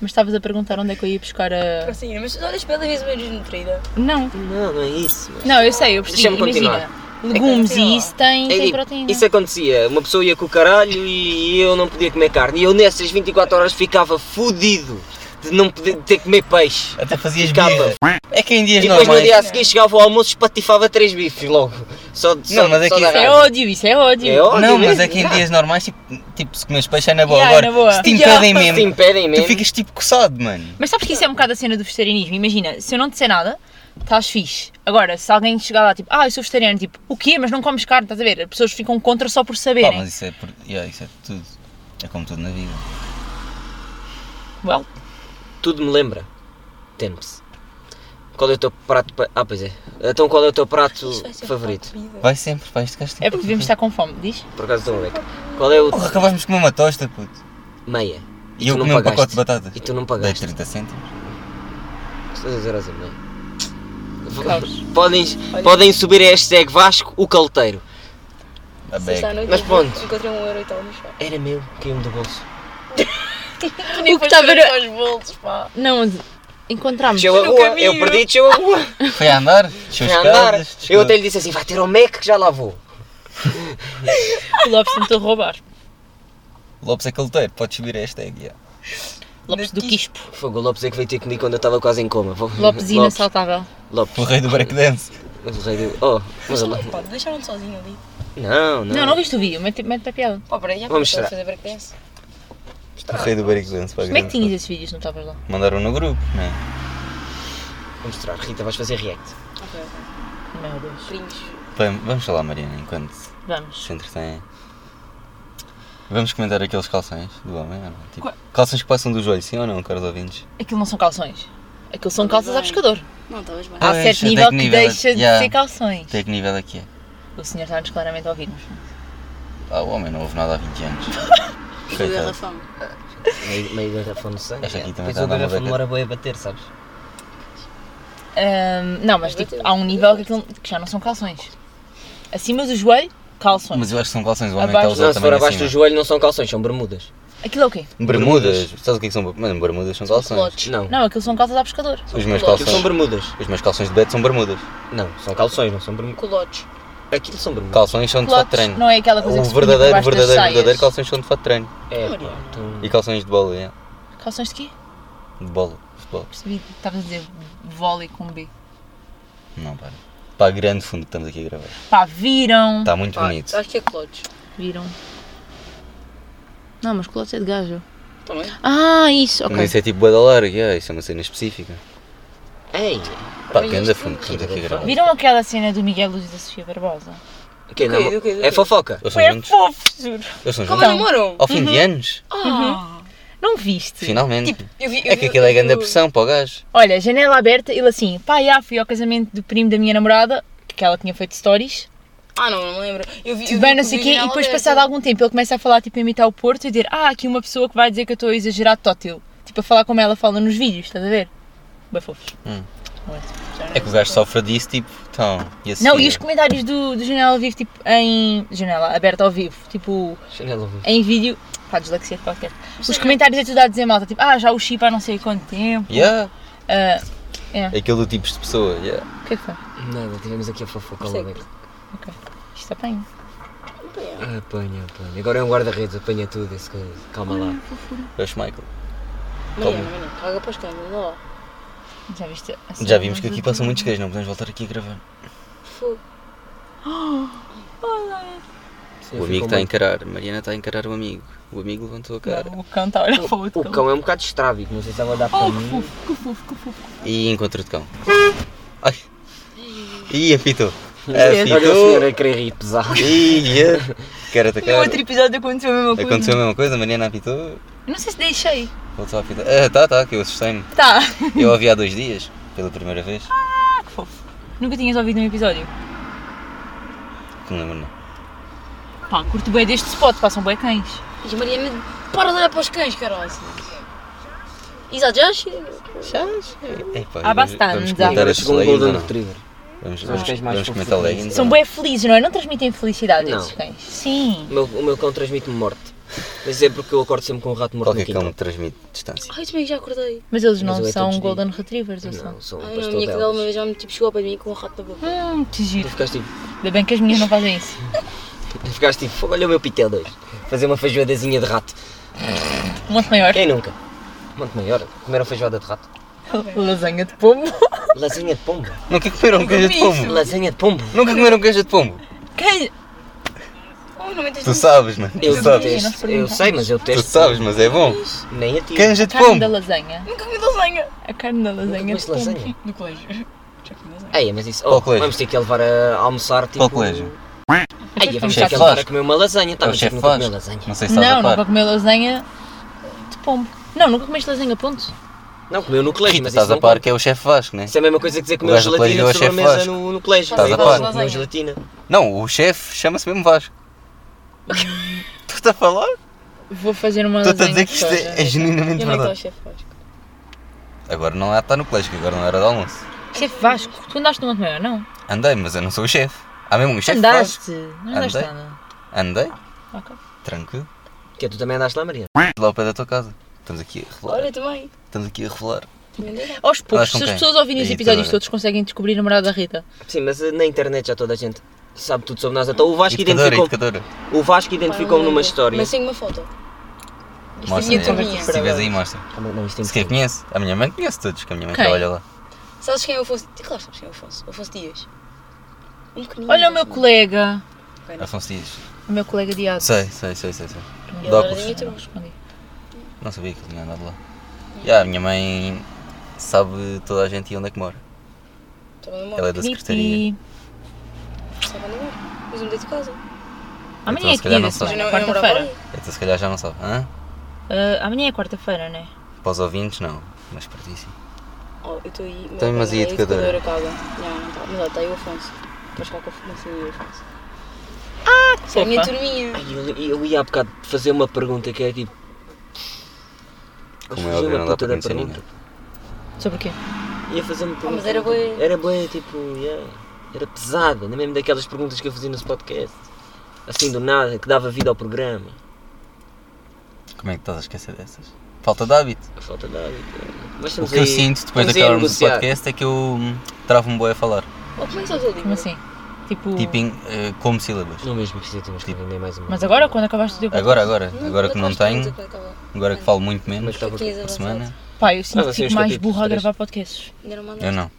S3: Mas estavas a perguntar onde é que eu ia buscar a.
S4: Assim, mas olha, espera, vez meio desnutrida.
S3: Não.
S2: Não, não é isso. mas-
S3: Não, eu sei, eu percebi.
S2: Deixa-me
S3: Imagina. Legumes
S4: Continua.
S3: e isso tem,
S2: É,
S3: tem
S2: tipo,
S3: proteína.
S2: isso acontecia, uma pessoa ia com o caralho e eu não podia comer carne. E eu nessas 24 horas ficava fodido de não poder de ter que comer peixe.
S1: Até fazias
S2: Ficava.
S1: birra. É que em
S2: E
S1: dias
S2: depois no
S1: normais.
S2: dia a seguir chegava ao almoço e espatifava três bifes logo. Só, só,
S1: mas é
S2: só
S1: que
S2: da
S1: isso
S3: Isso é
S2: raiva.
S3: ódio, isso é ódio.
S2: É ódio
S1: Não, mas
S2: mesmo,
S1: é que em
S2: já.
S1: dias normais, tipo, tipo, se comes peixe é na boa.
S3: Yeah,
S1: Agora,
S3: na boa.
S1: se te
S3: Yeah.
S1: impedem
S2: Se
S1: mesmo,
S2: impedem
S1: tu
S2: mesmo.
S1: ficas tipo coçado, mano.
S3: Mas sabes que isso é um bocado a cena do vegetarianismo? Imagina, se eu não te disser nada, estás fixe. Agora, se alguém chegar lá, tipo, ah, eu sou vegetariano, tipo, o quê? Mas não comes carne, estás a ver? As pessoas ficam contra só por
S1: Pá,
S2: Tá,
S3: saberem.
S1: mas isso é, por... yeah, isso é tudo. É como tudo na vida.
S3: Well,
S2: Tudo me lembra. Tempes. Qual é o teu prato. pa- Ah, pois é. Então qual é o teu prato
S4: Isto vai ser um
S2: favorito?
S4: para a comida.
S1: Vai sempre, pá, este gajo tem
S3: é porque devemos estar com fome, diz?
S2: Por acaso estou beca. Qual é o.
S1: Porra, acabámos de comer uma tosta, puto.
S2: Meia.
S1: E,
S2: tu
S1: eu
S2: não
S1: comi um
S2: pagaste.
S1: pacote de batatas.
S2: E tu não
S1: Dei
S2: pagaste.
S1: 30 cêntimos.
S2: 2 euros e meio. V-
S3: Caos.
S2: assim, né? Podem, podem subir a hashtag Vasco o Calteiro.
S1: A
S4: Sexta à
S1: beca.
S4: noite
S2: Mas
S4: eu
S2: pronto.
S4: Encontrei um euro e tal no chão.
S2: Era meu, caiu-me do bolso.
S4: Tu nem
S3: O que
S4: foste
S3: estava
S4: ver
S3: era-
S4: os bolos, pá.
S3: Não, encontramos.
S2: Desceu a
S4: No
S2: rua,
S4: caminho.
S2: eu perdi, desceu a rua.
S1: Foi a andar, desceu
S2: Foi
S1: as
S2: a andar.
S1: escadas.
S2: Eu
S1: desceu-
S2: até lhe disse assim: vai ter ao Mac que já lá vou.
S3: O Lopes tentou roubar.
S1: Lopes é calteiro, pode subir a hashtag, yeah.
S3: Lopes do Quispo.
S2: Fogo, o Lopes é que veio ter comigo quando eu estava quase em coma. Vou-
S3: Lopes inassaltável.
S2: Lopes.
S1: O rei do breakdance.
S2: Mas o rei do. Oh, mas o Lo-
S4: Pá, deixaram-te sozinho ali.
S2: Não, não.
S3: Não, não viste o vídeo, mete mete para a piada.
S4: Pá, peraí, já
S2: Vamos
S4: começou a
S2: tirar.
S4: fazer breakdance.
S1: O rei do breakdance, pá.
S3: Como é que
S1: grande
S3: tinhas esses vídeos, não estavas lá?
S1: foda. Mandaram no grupo, né?
S2: Vou mostrar, Rita, vais fazer react.
S4: Ok, ok.
S3: Meu Deus.
S4: Primos.
S1: Vamos, vamos falar, Mariana, enquanto se
S3: Vamos.
S1: entretém. Vamos comentar aqueles calções do homem, ou não? Tipo, calções que passam do joelho, sim ou não, caros ouvintes?
S3: Aquilo não são calções. Aquilo são calças a pescador.
S4: Não, estavas bem.
S3: Há
S1: Pois,
S3: certo
S1: até
S3: nível
S1: que
S3: que
S1: nível é-
S3: deixa de
S1: Yeah.
S3: ser calções.
S1: Até que nível é que é?
S3: O senhor está-nos claramente a é? ouvir-nos.
S1: Ah, o homem não houve nada há 20 anos.
S4: Do
S1: Coitado.
S4: garrafão.
S2: Meio, meio garrafão de sangue.
S1: Esta aqui
S2: é.
S1: também
S2: Depois
S1: está a tá
S2: o
S1: dar uma
S2: garrafão
S1: beca.
S2: demora bem a bater, sabes?
S3: Ahm, não, mas tipo, há um nível que, aquilo- que já não são calções. Acima do joelho,
S1: [LAUGHS]
S3: calções.
S1: Mas eu acho que são calções, o homem está a
S3: Abaixo-
S1: usar
S2: Não, se for
S1: também assim, né?
S2: abaixo
S1: acima.
S2: do joelho não são calções, são bermudas.
S3: Aquilo é o quê?
S1: Bermudas, sabes o que é que são? Mano, bermudas são calções.
S4: Pelotes.
S2: Não.
S3: Não, aquilo são calças a pescador.
S1: Os meus
S2: Aquilo são
S1: calções,
S2: bermudas.
S1: os meus calções de bed são bermudas.
S2: Não, são calções, não são bermudas.
S4: Culotes.
S2: Aquilo são bermudas.
S1: Calções são de fato de
S3: Pelotes
S1: treino.
S3: não é aquela coisa
S1: O
S3: que se põe por
S1: verdadeiro,
S3: baixo das
S1: verdadeiro,
S3: saias.
S1: verdadeiro calções são de fato de treino.
S2: É, pá, então-
S1: E calções de bola, é.
S3: Calções de quê?
S1: De bola, futebol.
S3: Percebi que estavas a dizer vôlei com B.
S1: Não, para. Pá, grande fundo que estamos aqui a gravar.
S3: Pá, viram?
S1: Está muito
S4: Pá,
S1: bonito.
S4: Acho que é culotes.
S3: Viram. Não, mas culotes é de gajo.
S4: Também.
S3: Ah, isso, ok.
S1: Mas isso é tipo boa da larga, yeah, isso é uma cena específica.
S2: Ei!
S1: Pá,
S4: Mas
S1: grande
S4: isto-
S1: fundo que
S3: é
S1: estamos aqui a gravar.
S3: Viram aquela cena do Miguel Luz e da Sofia Barbosa?
S2: O quê?
S4: Do quê, do quê, do
S2: É
S4: quê?
S2: fofoca.
S1: Eles são
S3: Foi
S1: juntos?
S3: fofo, juro.
S1: Eles são
S4: Como
S1: juntos?
S3: Então.
S4: namoram?
S1: Ao fim de anos?
S4: Ah.
S3: Não viste?
S1: Finalmente.
S3: Tipo,
S4: Eu vi, eu
S1: Oh. Uhum. É que aquilo é grande
S4: eu-
S1: pressão para o gajo.
S3: Olha, janela aberta, ele assim, pá, já fui ao casamento do primo da minha namorada, que ela tinha feito stories,
S4: Ah, não, não lembro. Eu vi,
S3: tudo bem, Tipo, não sei o quê, e depois passado algum tempo ele começa a falar, tipo, a imitar o Porto e dizer, ah, aqui uma pessoa que vai dizer que eu estou a exagerar tótil. Tipo, a falar como ela fala nos vídeos, estás a ver? Bem fofos.
S1: Hum.
S3: Muito.
S1: É que o gajo sofre disso, tipo, então. E assim,
S3: Não, e os comentários do, do Janela ao Vivo, tipo, em... Janela aberta ao vivo, tipo,
S2: Janela viva.
S3: em vídeo... Pá, dislexia de qualquer. Os comentários é tudo a dizer malta, tipo, ah, já o chip há não sei quanto tempo.
S1: Yeah,
S3: Ah,
S1: aquele do tipo de pessoa, yeah.
S3: o que é que foi?
S2: Nada, tivemos aqui a fofoca lá
S4: Persegue.
S2: dentro.
S3: Ok. Isto apanha.
S2: Ah, Apanha, apanha. Agora é um guarda-redes, apanha tudo, esse coisa. Calma lá.
S1: É o Schmeichel.
S4: Mariana, Mariana, caga para os cães, anda lá.
S3: Já viste? a
S1: Já vimos que
S3: cena
S1: aqui
S3: do-
S1: passam muitos gajos, não podemos voltar aqui a gravar.
S4: Fogo.
S3: Olá!
S1: O tá amigo está a encarar, a Mariana está a encarar o amigo. O amigo levantou a cara
S3: Não, o cão está a olhar para o outro
S2: O cão é um bocado estrábico, não sei se ela dá para
S3: Oh, que
S2: mim.
S3: fofo, que fofo, que fofo.
S1: e encontrou
S2: [LAUGHS]
S1: de cão. Ai! Ih, apitou! É,
S2: Olha o senhor é
S1: Apitou!
S2: a querer rir pesado.
S1: Ih, eh, cara a
S3: No
S1: cara.
S3: outro episódio aconteceu a mesma coisa.
S1: Aconteceu a mesma coisa, a Mariana apitou,
S3: Eu Não sei se deixei.
S1: voltou a apitar. Ah, tá, tá, que eu assustei-me.
S3: Tá.
S1: Eu a vi há dois dias, pela primeira vez.
S3: Ah, que fofo. Nunca tinhas ouvido um episódio?
S1: Que me lembro não. é
S3: Pá, curto bem deste spot, passam bem cães.
S4: E a Mariana, para de olhar para os cães, caralho. Exato, já chega.
S1: Epá,
S3: Há
S1: vamos- Vamos
S3: bastante, há.
S1: comentar
S2: Agora
S1: as
S2: chegou um
S1: leggings ou
S2: Golden
S1: Então não?
S2: Retriever.
S1: Vamos,
S2: São os
S1: vamos,
S2: cães mais
S1: vamos comentar
S2: confortáveis.
S1: leggings. ou
S3: São
S1: não?
S3: bem felizes, não é? Não transmitem felicidade
S2: Não.
S3: esses cães. Sim.
S2: O meu, o meu cão transmite-me morte. Mas é porque eu acordo sempre com um rato morto no
S1: Qualquer
S2: quintal.
S1: cão transmite distância.
S4: Ai, se bem que já acordei.
S3: Mas
S2: Mas
S3: eles não
S2: eu é
S3: são um
S2: todos
S3: golden retrievers, ou são?
S2: Não, um são
S4: Ai, não, a minha cadela uma
S2: pastodelas.
S4: vez já me tipo, chegou para mim com um rato na boca.
S3: Hum, que
S2: Tu
S3: giro.
S2: ficaste tipo,
S3: Ainda bem que as minhas não fazem isso.
S2: tu ficaste tipo, "Fogo, olha o meu pitel dois. Fazer uma feijoadazinha de rato.
S3: Um Monte maior.
S2: Quem nunca? Monte maior, comeram feijoada de rato.
S3: Lasanha de pombo.
S2: Lasanha de pombo.
S1: Nunca comeram
S3: Nunca
S1: queijo de
S3: vi
S1: pombo?
S3: isso.
S2: Lasanha de pombo.
S1: Nunca comeram queijo de pombo?
S3: [LAUGHS] Quem?
S4: Oh, não me
S1: Tu sabes, mano.
S2: Eu
S1: Tu
S4: é
S1: sabes,
S3: não
S2: detesto. Eu
S3: perguntaste.
S2: sei, mas eu
S1: tu
S2: testo.
S1: sabes, mas é bom. é
S2: Nem a ti.
S1: Canja de
S3: Carne da
S1: pombo.
S3: lasanha.
S4: Nunca comi lasanha.
S3: A carne da lasanha de
S2: comeste lasanha?
S3: pombo. No colégio. Já comi lasanha.
S2: Ei, mas isso.
S1: é? Qual
S2: Oh,
S1: colégio?
S2: vamos ter que ele levar a almoçar tipo.
S1: Qual colégio?
S2: Ei, vamos
S1: Chefe
S2: ter que ele levar a
S1: Vasco.
S2: comer uma lasanha. Tá,
S1: É o
S2: mas é que
S1: chefe
S2: nunca comeu
S1: Vasco.
S2: lasanha.
S1: Não sei se estás
S3: Não,
S1: a
S3: nunca
S1: par.
S3: comeu lasanha de pombo. Não, nunca comeste lasanha, ponto.
S2: Não, comeu no colégio,
S1: Rita,
S2: mas
S1: estás
S2: isso
S1: a
S2: não
S1: par
S2: conta.
S1: que é o chefe Vasco, né?
S2: Isso é a mesma coisa que dizer que
S1: O
S2: comeu
S1: gajo do colégio é
S2: gelatina
S1: o
S2: de
S1: chefe
S2: sobremesa
S1: Vasco.
S2: no, no colégio.
S1: Estás a
S2: Não,
S1: par.
S2: não comeu gelatina.
S1: Não, o chefe chama-se mesmo
S3: [LAUGHS]
S1: Vasco. tu estás a falar?
S3: Vou fazer uma
S1: Estou-te a dizer
S3: lasanha de
S1: que isto
S3: soja.
S1: é, é genuinamente
S4: Eu não estou ao
S1: verdade.
S4: chefe Vasco.
S1: Agora não é, está no colégio, que agora não era de almoço.
S3: Chefe Vasco, tu andaste no Monte Maior, não?
S1: Andei, mas eu não sou o chefe. Há mesmo um chefe Vasco.
S3: Andaste. Não andaste
S1: Andei.
S3: nada.
S1: Andei,
S3: Ok.
S1: tranquilo.
S2: Que é, tu também andaste lá, Maria.
S1: Lá ao pé da tua casa. Estamos aqui a revelar.
S4: Olha, também.
S1: Estamos aqui a revelar.
S4: Também dei lá.
S3: Aos poucos,
S1: Andaste
S3: se
S1: com
S3: as
S1: quem?
S3: pessoas ouvirem os
S1: Aí,
S3: episódios
S1: toda a
S3: todos, conseguem descobrir a namorada da Rita.
S2: Sim, mas eh, na internet já toda a gente sabe tudo sobre nós. Então o Vasco
S1: Educadora,
S2: identificou.
S1: educadora.
S2: O Vasco
S4: Pá,
S2: identificou-me
S4: não
S2: numa
S4: lembro.
S2: história.
S4: Mas tenho uma foto. Isto é
S1: Mostra,
S4: minha
S1: é.
S4: turminha.
S1: se estiveres aí, mostra.
S2: Calma, Não, isto é
S1: Se quer
S2: impossível.
S1: conhece. A minha mãe conhece todos, que a minha mãe
S3: Quem?
S1: trabalha lá.
S4: Sabes quem é o Afonso? Claro, sabes quem é o Afonso. O Afonso Dias. Um pequenino. né?
S3: Olha o meu
S4: mas-
S3: colega.
S4: Ok, não.
S1: Afonso Dias.
S3: O meu colega de atos.
S1: Sei, sei, sei, sei. sei.
S4: Ele
S1: de
S4: era
S1: óculos.
S4: da minha turma.
S3: Respondi.
S1: Não sabia que ele tinha andado lá. Já, a minha mãe sabe toda a gente e onde é que mora.
S4: Estava no
S1: Ela é
S4: morro.
S1: da secretaria.
S3: Nipi.
S4: Estava no morro. Mas eu mudei de casa.
S3: Amanhã
S1: se
S3: é que
S1: calhar
S3: dia
S1: não
S3: desse
S1: sei.
S4: Eu
S3: ano?
S4: não- eu
S3: Quarta-feira.
S4: namorava ali.
S1: Então se calhar já não sabe. Hã?
S3: Ah, amanhã é quarta-feira, né?
S1: Para os ouvintes, não. Mas para ti sim.
S4: Oh, eu estou aí.
S1: Tem, mas e a educadora?
S4: educadora caga. Não, não está. Mas olha, está aí o Afonso. Depois qual que eu não sei o Afonso. Isso é a minha
S3: Opa.
S4: turminha.
S2: Ai, eu, eu ia há bocado fazer uma pergunta que é tipo.
S1: Como
S2: Mas
S1: é
S2: fazer
S1: óbvio,
S2: uma
S1: não dá
S2: puta
S1: para
S2: da
S1: conhecer
S2: pergunta.
S3: Sobre o quê?
S2: Ia fazer uma pergunta.
S4: mas era bué-
S2: Era bué, tipo. yeah, Era pesada, não é mesmo daquelas perguntas que eu fazia nesse podcast. Assim do nada, que dava vida ao programa.
S1: Como é que estás a esquecer dessas? Falta de hábito.
S2: A falta de hábito. né? Mas
S1: O
S2: estamos
S1: que eu
S2: aí-
S1: sinto depois de
S2: estamos aí a
S1: acabarmos o
S2: negociar.
S1: podcast é que eu hum, travo-me boi a falar.
S4: Oh, como é que sabes o livro?
S3: Como assim? Tipo.
S1: Tipo, em, eh, como sílabas.
S2: Não mesmo, precisa ter que nem mais uma.
S3: Mas agora, quando acabaste de ter o podcast?
S1: Agora, agora. Agora que não tenho,
S4: Ainda
S1: agora que falo muito
S2: Como é
S1: menos
S2: que está
S1: por
S2: por
S4: Tinhas
S1: semana.
S3: Pá, eu sinto
S2: Ah,
S3: que
S2: assim,
S3: fico mais
S2: capítulos
S3: burra a
S2: três.
S3: gravar podcasts.
S4: não
S1: Eu não.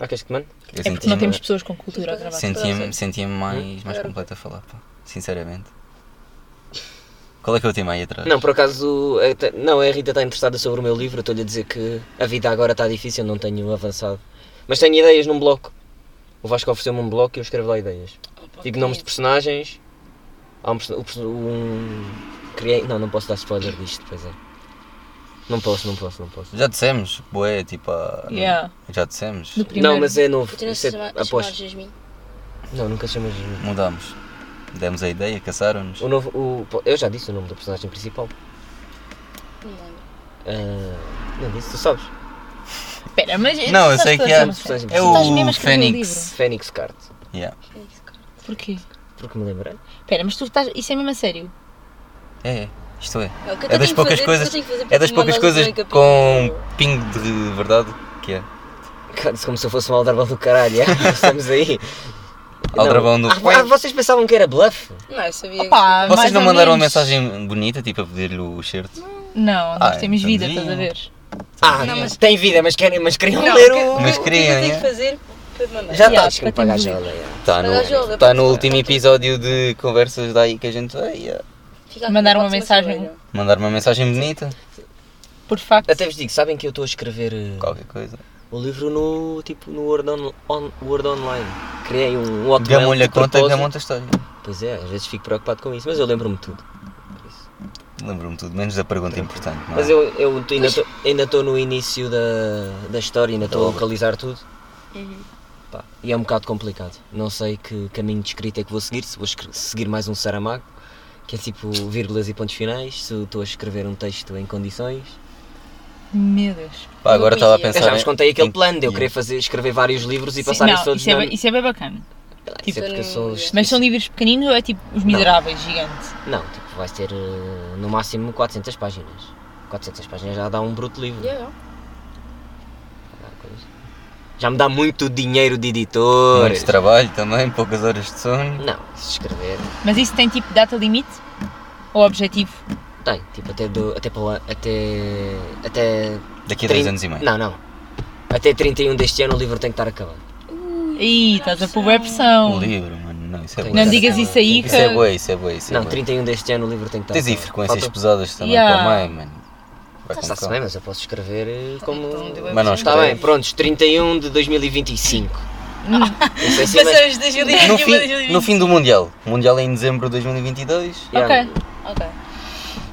S2: Ah, queres que te mande?
S1: Eu
S3: É porque não
S1: sentia-me
S3: temos pessoas com cultura a gravar.
S1: sentia sentia mais, mais completo a falar, pá. Sinceramente. Qual é que é o tema aí atrás?
S2: Não, por acaso, é, te- não, a Rita está interessada sobre o meu livro, eu estou-lhe a dizer que a vida agora está difícil, não tenho avançado. Mas tenho ideias num bloco. O Vasco ofereceu-me um bloco e eu escrevo lá ideias. Digo nomes de personagens. Há um, perso- o perso- um- criei, não, não posso dar spoiler disto, pois é. Não posso, não posso, não posso.
S1: Já dissemos, boé, tipo. ah, não-
S3: Yeah.
S1: Já dissemos.
S3: No primeiro.
S2: Não, mas é novo.
S4: Eu tenho
S2: Isso é-
S4: chamado
S2: aposto.
S4: Jasmin.
S2: Não, nunca chamas de mim.
S1: Mudámos. Demos a ideia, caçaram-nos.
S2: o novo, o, Eu já disse o nome do personagem principal.
S4: Não me lembro.
S2: Ah, não disse, tu sabes.
S3: Espera, mas.
S1: Não, eu
S3: sabes
S1: sei
S3: todas
S1: que há-
S3: as informações.
S2: é
S3: Tu
S2: o
S3: estás mesmo a escrever um
S1: Fênix.
S2: Fênix Card.
S1: Yeah.
S4: Quem é esse cara?
S3: livro. Porquê?
S2: Porque me lembrei.
S3: Espera, mas tu estás. Isso é mesmo a sério?
S1: É, é, isto é.
S4: o que eu
S1: É
S4: tenho
S1: das
S4: que
S1: poucas
S4: fazer,
S1: coisas.
S4: o que eu tenho que fazer
S1: É das
S4: para
S1: poucas
S4: mandar
S1: coisas
S4: o primeiro
S1: com
S4: capítulo?
S1: pingo de verdade que é.
S2: Cara, isso como se eu fosse um aldrabão do caralho, é? estamos aí.
S1: Aldrabão do-
S2: Ah, ah, vocês pensavam que era bluff?
S4: Não, eu sabia.
S3: Opa,
S4: que-
S1: Vocês
S3: Ah, mais
S1: não
S3: ou
S1: mandaram uma
S3: menos. Hum,
S1: mensagem bonita, tipo a pedir-lhe o certo?
S3: Não,
S1: Ah,
S3: nós temos vida,
S1: então
S3: estás a
S1: sim.
S3: ver?
S2: Ah,
S4: Não, mas-
S2: tem vida, mas querem, mas queriam
S4: Não,
S2: ler
S4: o que-
S2: o.
S1: Mas
S4: o que é que
S1: queriam,
S4: eu tenho
S1: é?
S4: que fazer Foi de mandar.
S1: Já tá.
S3: Yeah.
S1: está.
S2: Acho que me
S3: para
S2: paga a
S3: termos
S2: jola, é. yeah.
S1: Está
S4: Mas às
S3: é
S4: vezes
S1: no,
S4: eu
S1: tá
S4: penso,
S1: no
S4: ah,
S1: último
S4: ok.
S1: episódio de conversas daí que a gente vai ah,
S4: Fica aqui
S3: Mandar
S4: na
S3: uma
S4: próxima
S3: mensagem.
S4: semana.
S1: mandar uma mensagem bonita,
S3: Por facto.
S2: Até vos digo, sabem que eu estou a escrever eh,
S1: qualquer coisa.
S2: o livro no, tipo, no Word, on- on- Word Online. Criei um Hotmail
S1: Gamon-lhe a
S2: de
S1: conta, um-
S2: propósito.
S1: gamon a história.
S2: Pois é, às vezes fico preocupado com isso, mas eu lembro-me de tudo.
S1: Lembro-me tudo, menos da pergunta importante. Não é?
S2: Mas eu, eu ainda estou ainda tô no início da, da história, ainda estou a
S1: obra.
S2: localizar tudo.
S4: Uhum.
S2: Pá, e é um bocado complicado. Não sei que caminho de escrita é que vou seguir, se vou escre- seguir mais um Saramago, que é tipo vírgulas e pontos finais, se estou a escrever um texto em condições.
S3: Meu Deus.
S1: Pá, agora
S4: Uma
S1: estava a
S4: poesia.
S1: pensar.
S2: Eu já vos
S1: em-
S2: contei aquele
S1: É em-
S2: plano de eu
S1: em-
S2: querer fazer, escrever vários livros e
S3: Sim,
S2: passar
S3: não,
S2: todos
S3: isso é,
S2: na-
S3: bem- isso é bem bacana.
S2: Isso é porque eu sou...
S4: Tipo,
S3: Mas são livros pequeninos ou é tipo Os Miseráveis, gigante?
S2: Não, tipo, vai ser eh, no máximo 400 páginas. 400 páginas já dá um bruto livro.
S4: Yeah,
S2: Dá coisa. Já me dá muito dinheiro de editor.
S1: Muito trabalho também, poucas horas de sono.
S2: Não, se escrever.
S3: Mas isso tem tipo data limite? Ou objetivo?
S2: Tem, tipo, até do. Até para lá. Até. Até.
S1: Daqui a
S2: trin-
S1: dois anos e meio.
S2: Não, não. Até 31 deste ano o livro tem que estar acabado.
S3: Ih, estás a pôr bué pressão.
S1: O livro, mano, não, isso é
S2: Tem
S1: bué.
S2: que
S3: Não
S2: estar
S3: digas
S2: acabado.
S3: isso aí,
S2: Tem
S1: Isso é
S3: que-
S1: bué, isso é bué, isso
S2: que-
S1: é
S2: Não,
S1: bué.
S2: 31 deste ano o livro tem que estar
S1: Tens aí
S2: acabado.
S1: frequências
S2: Falta-
S1: pesadas também
S3: Yeah. Tá
S1: com a mãe, mano. Vai com
S2: Está-se
S3: [LAUGHS]
S1: calma.
S2: bem, mas eu posso escrever eh, como.
S4: então, deu a
S1: Mas não
S2: Está
S1: escreve.
S2: bem, prontos, 31 de [LAUGHS] 2025. Isso é assim, mas-
S4: Passamos de 2021
S1: No
S4: a
S1: fim,
S4: 2020.
S1: no fim do Mundial. O Mundial é em dezembro de 2022.
S2: Yeah.
S3: Ok.
S4: Ok.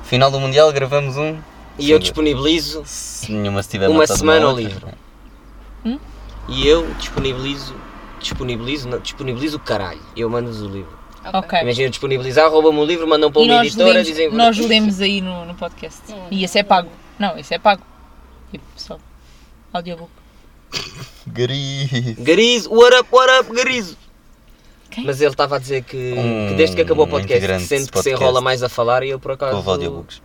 S1: Final do Mundial, gravamos um.
S2: E eu disponibilizo
S1: Se nenhuma se tiver
S2: Uma
S1: matado
S2: semana ao
S1: outra. né?
S2: livro. e eu disponibilizo. Disponibilizo, não, disponibilizo o caralho. Eu mando-vos o livro.
S3: Ok.
S2: Imagina disponibilizar, roubam-me o livro, mandam para
S3: É. E
S2: uma
S3: nós
S2: editora,
S3: lemos,
S2: dizem.
S3: nós lemos aí no, no podcast.
S4: Não,
S3: E esse é pago. Não, esse é pago. Tipo, só. Audiobook.
S1: Gris.
S2: Garizo, what up, what up, Garizo?
S3: Quem?
S2: Mas ele estava a dizer que,
S1: Um
S2: que desde que acabou o podcast
S1: integrante
S2: sente que
S1: desse
S2: se
S1: podcast.
S2: enrola mais a falar e eu por acaso.
S1: Houve audiobooks.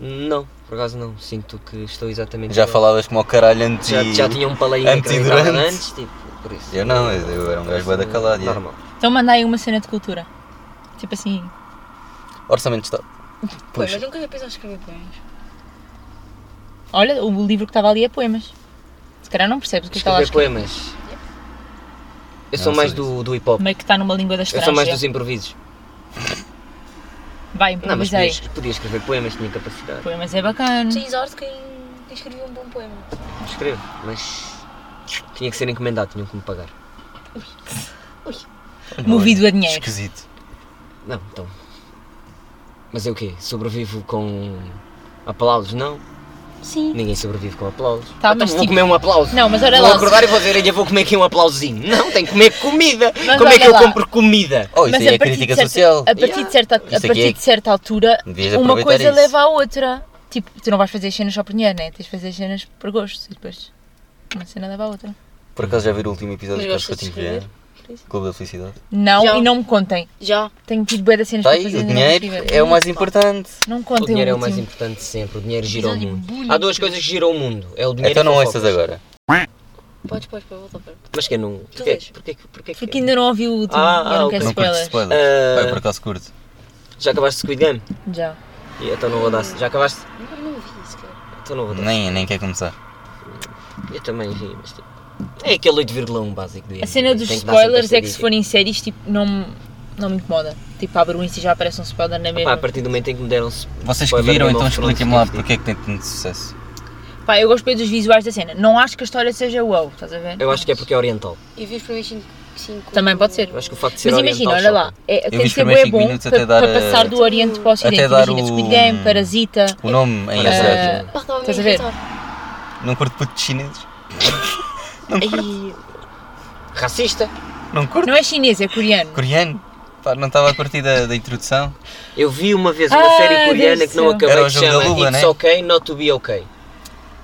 S2: Não, por acaso não. Sinto que estou exatamente.
S1: Já
S2: igual.
S1: falavas como ao caralho antes
S2: Já,
S1: e-
S2: já tinha um paleinho
S1: Antes e
S2: inacreditável
S1: durante.
S2: antes, tipo, por isso.
S1: Eu não, eu- eu era um gajo bué da calado, já.
S2: Normal.
S3: Então manda aí uma cena de cultura. Tipo assim.
S1: Orçamento de Estado.
S4: Pô,
S1: Puxa.
S4: mas nunca havia pensado em escrever poemas.
S3: Olha, o livro que estava ali é poemas. Se calhar não percebes o que está lá
S2: Escrever
S3: escrito.
S2: poemas. Eu
S1: Não
S2: sou
S1: sei
S2: mais
S1: disso.
S2: do, do hip hop.
S3: Meio que está numa língua da
S2: Eu sou mais
S3: estrangeira.
S2: dos improvisos.
S3: Vai,
S2: Não, mas
S3: improvisa
S2: podia,
S3: aí.
S2: es- podia escrever poemas, tinha capacidade.
S3: Poemas é bacana.
S4: Sem sorte quem quem escreveu um bom poema.
S2: Escrevo, mas. Tinha que ser encomendado, tinham que me pagar.
S3: Movido a dinheiro.
S1: Esquisito.
S2: Não, então. Mas é o quê? Sobrevivo com aplausos? Não.
S4: Sim.
S2: Ninguém sobrevive com aplausos.
S3: Tá,
S2: Ah, então
S3: mas
S2: vou
S3: tipo-
S2: comer um aplauso.
S3: Não, mas olha
S2: vou
S3: lá.
S2: acordar e vou dizer, olha, vou comer aqui um aplausozinho. Não, tenho que comer comida.
S3: Mas
S2: Como é que
S3: olha
S2: eu
S3: lá.
S2: compro comida?
S1: Oh, isso
S3: Mas
S1: aí é
S3: partir de
S1: crítica
S3: certa-
S1: social.
S3: A partir, de, certa, a
S1: Isso aqui
S3: partir
S1: é-
S3: de certa altura,
S1: Devias
S3: uma
S1: aproveitar
S3: coisa
S1: isso.
S3: leva à outra. Tipo, tu não vais fazer as cenas só por dinheiro, né? Tens de fazer as cenas por gosto. E depois, uma cena leva à outra.
S1: Por acaso já vi o último episódio
S4: Mas
S1: de Carlos
S4: gostas de
S1: Coutinho Vilhena?
S4: por isso?
S1: tipo Clube da Felicidade.
S3: Não,
S4: Já.
S3: e não me contem.
S4: Já.
S3: Tenho tido bué de cenas
S1: Está
S3: para
S1: Tá aí,
S3: fazer.
S1: o
S3: e não
S1: dinheiro
S3: consigo.
S1: é o mais importante.
S3: Não
S2: O
S3: contem
S2: dinheiro é
S3: o
S2: o mais
S3: um último.
S2: importante sempre. O dinheiro gira o
S3: Episódio
S2: mundo.
S3: bonito.
S2: Há duas coisas que giram o mundo. É o dinheiro
S1: Então
S2: e
S1: não
S2: fofocas.
S1: ouças agora.
S4: Podes, podes, para voltar perto.
S2: Mas que eu não... Porquê,
S4: vês.
S2: porquê, que- porquê que-
S3: Porque ainda não ouvi o último.
S2: Ah,
S3: eu
S2: ah,
S3: não
S2: ok.
S3: quero
S1: Não curto
S3: spoilers.
S1: spoilers.
S2: Ah.
S1: Pá, eu por acaso curto.
S2: Já acabaste Squid Game?
S3: Já.
S2: E Então não vou dar... Já acabaste?
S4: Nunca não ouvi isso, cara.
S2: Então não vou dar.
S1: Nem, nem quer começar.
S2: Eu também ri, mas tipo... É aquele 8,1 básico do
S3: A cena
S2: IMDb.
S3: dos
S2: Tem que dar sempre
S3: spoilers
S2: esta
S3: é que se
S2: dica.
S3: forem séries, tipo, não, me- não me incomoda. Tipo, abro o Insta e já aparece um spoiler na
S2: Pá, a
S3: mesma.
S2: partir do momento em que me deram... sp-
S1: Vocês que
S2: spoiler,
S1: viram,
S2: Game
S1: então
S2: of Thrones,
S1: expliquem-me lá
S2: tive
S1: porque é que tem tanto sucesso.
S3: Pá, eu gosto bem dos visuais da cena. Não acho que a história seja wow, estás a ver?
S2: Eu acho que é porque é oriental.
S4: E vi os primeiros 5.
S3: Também pode ser.
S2: Eu acho que o facto de ser
S3: Mas
S2: oriental
S3: imagina, olha lá,
S2: choca.
S3: é, tem
S1: vi
S3: que
S1: os
S3: ser
S1: primeiros
S3: bem
S1: cinco
S3: bom
S1: minutos
S3: para,
S1: até dar
S3: para
S1: a-
S3: passar do Oriente para eh, o Ocidente.
S1: até dar
S3: Imagina,
S1: o-
S3: Squid Game, Parasita.
S1: O nome em
S2: Olha,
S3: Ah,
S1: asiático.
S2: é-
S4: Pá, estava
S3: Estás
S4: mesmo
S3: a ver?
S4: irritar.
S1: Não curto putos chineses.
S2: Racista.
S1: Não curto.
S3: Não é chinês, é coreano.
S1: Coreano. Pá, não estava a curtir da, da introdução.
S2: Eu vi uma vez uma
S3: Ah,
S2: série coreana
S3: Deus
S2: que não
S3: do céu.
S2: acabei
S1: Era o
S2: que se
S1: jogo da
S2: chama
S1: luva,
S2: It's
S1: né?
S2: OK Not To Be OK.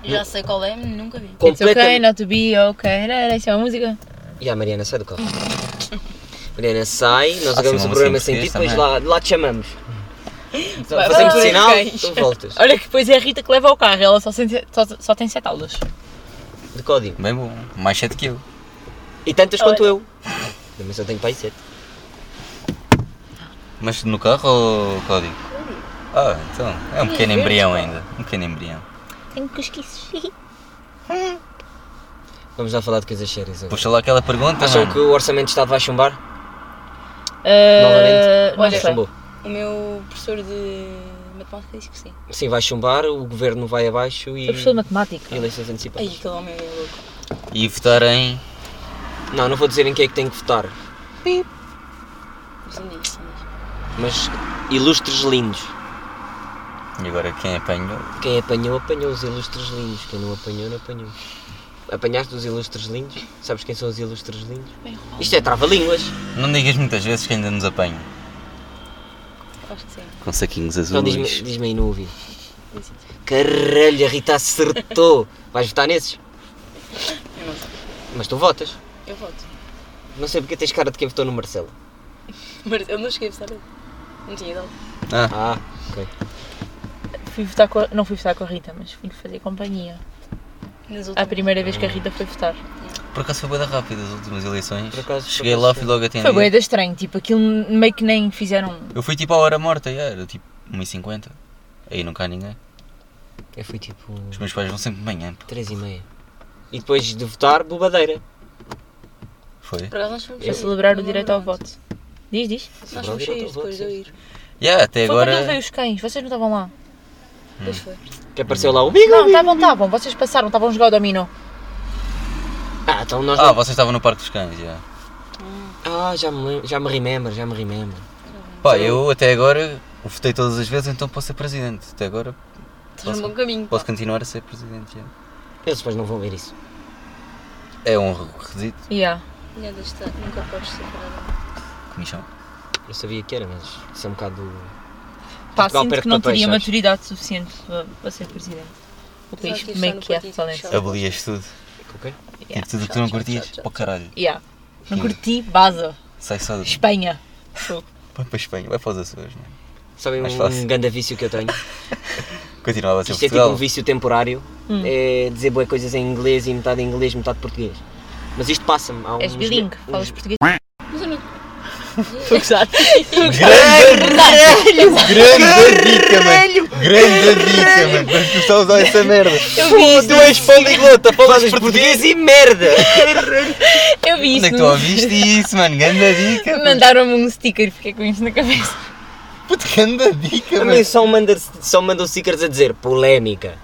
S4: Já sei qual é, mas nunca vi.
S3: It's okay,
S2: Completamente...
S3: not to be okay. Não, não, Isso é uma música.
S2: E a Mariana sai do carro. Mariana sai, nós
S1: Ah,
S2: acabamos
S1: sim,
S2: o programa
S1: vamos
S2: sem ti,
S1: em
S2: depois
S1: português
S2: lá, lá te chamamos.
S3: Vai,
S2: Fazemos
S3: vai,
S2: sinal,
S3: vai.
S2: tu voltas.
S3: Olha que depois é a Rita que leva o carro, ela só, sente- só, só tem sete aulas.
S2: De código.
S1: Bem bom. Mais cedo que eu.
S2: E tantas quanto eu. Mas eu tenho pai sete.
S1: Mas no carro ou código? Ah, então. É um pequeno
S4: Ih,
S1: embrião
S4: pá.
S1: ainda. Um pequeno embrião.
S3: Tenho cosquices.
S2: Vamos lá falar de coisas sérias agora.
S1: Puxa lá aquela pergunta,
S2: Acham
S1: mano.
S2: que o Orçamento de Estado vai chumbar?
S4: Ah,
S2: Novamente?
S3: Eh, olha,
S2: Já
S3: sei.
S2: chumbou.
S4: O meu professor de matemática disse que sim.
S2: Sim, vai chumbar, o governo vai abaixo e.
S3: Eu professor de matemática.
S2: Eleições
S1: Tá
S4: Ai,
S2: antecipadas.
S4: aquele homem é louco.
S1: E votar em...
S2: Não, não vou dizer em que é que tenho que votar,
S4: Mas não diz, não diz.
S2: mas ilustres lindos.
S1: E agora quem apanhou?
S2: Quem apanhou, apanhou os ilustres lindos. Quem não apanhou, não apanhou. Apanhaste os ilustres lindos? Sabes quem são os ilustres lindos?
S4: Bem, Ronaldo,
S2: Isto é trava-línguas.
S1: Não digas muitas vezes que ainda nos apanham.
S4: acho que sim.
S1: Com saquinhos
S2: Então
S1: azuis.
S2: diz-me diz aí no ouvido.
S4: Diz isso.
S2: Caralho, a Rita acertou. Vais votar nesses?
S4: Eu não sei.
S2: Mas tu votas.
S4: Eu voto. [LAUGHS]
S2: Não sei porque tens cara de quem votou no Marcelo.
S4: Mas eu não cheguei a votar. Não tinha idade.
S2: Ah, ok.
S3: Fui votar com a- não fui votar com a Rita, mas fui fazer companhia.
S4: Nas
S3: A
S4: últimas.
S3: primeira vez que a Rita foi votar.
S1: Por acaso foi bada rápida as últimas eleições.
S2: Por acaso, por
S1: Cheguei
S2: acaso
S1: lá,
S2: foi.
S1: fui logo atendido.
S3: Foi bué da estranho, tipo, aquilo meio que nem fizeram. um-
S1: Eu fui tipo à hora morta, já, era tipo 1h50. Aí nunca há ninguém.
S2: Eu fui tipo
S1: Os meus pais vão sempre de manhã. pô.
S2: três e meia. E depois de votar, bobadeira.
S1: Foi?
S4: Por acaso nós fomos
S2: Eu-
S3: a
S4: sair.
S3: celebrar o
S4: Não
S3: direito
S4: lembro
S3: ao
S4: onde.
S3: voto. Diz, diz.
S4: Nós fomos sair depois de eu ir.
S1: Já, até
S3: Foi quando ele veio
S1: agora.
S3: os cães, vocês não estavam lá.
S1: Hum.
S4: Pois foi.
S2: Que apareceu lá o Bigo.
S3: Não, estavam, estavam, vocês passaram, estavam a jogar o dominó.
S2: Ah, então nós
S1: Ah,
S3: Oh.
S2: não...
S1: vocês estavam no Parque dos Cães, já.
S2: Ah, já me, lem- já me remembro, já me remembro.
S1: Pá, eu até agora votei todas as vezes, então posso ser presidente. Até agora
S4: Estás num
S1: Posso-
S4: bom caminho.
S1: posso continuar a ser presidente, já.
S2: Eles depois não vão ver isso.
S1: É um requisito,
S3: Yeah.
S4: Minha Deus, tá- Nunca podes separar.
S1: comissão.
S2: Eu sabia que era, mas isso é um bocado...
S3: Pá,
S2: Portugal
S3: sinto
S2: perde
S3: que não
S2: papéis,
S3: teria
S2: sabes?
S3: maturidade suficiente para, para ser presidente. O país
S4: que isto
S3: meio
S4: só no
S3: que é
S4: partido
S3: totalmente.
S4: social.
S1: Abolias tudo.
S2: Ok?
S1: Tipo, tudo o que tu não
S4: Tchau, tchau,
S1: curtias.
S4: tchau, tchau.
S1: Pô, caralho.
S3: Yeah. Não curti, baza.
S1: Sai só do...
S3: Espanha.
S1: Vai para a Espanha, vai para os Açores, não é?
S2: Sabem
S1: Mais
S2: um
S1: fácil.
S2: grande vício que eu
S3: [LAUGHS]
S2: tenho?
S1: Continuava a ser
S2: Isto é tipo
S1: Portugal.
S2: um vício temporário.
S3: Hum.
S2: É dizer boas coisas em inglês e metade em inglês, metade português. Mas é- isto passa-me. Há
S3: És
S2: uns-
S3: bilingue,
S2: uns-
S3: falas português.
S4: Mas
S3: [LAUGHS]
S4: eu não.
S3: Estou a gozar.
S1: Grande dica, mano! Grande dica, mano! Vamos começar a usar essa merda!
S2: Pô, tu és poliglota, falas português e merda!
S3: Eu vi
S1: Onde é
S3: isso.
S1: que tu ouviste isso, mano? Grande dica!
S3: no-
S1: mano.
S3: Mandaram-me um sticker e fiquei com isso na cabeça.
S1: Puta, grande dica,
S2: A mim
S1: mano!
S2: só mandam, só mandam stickers a dizer polémica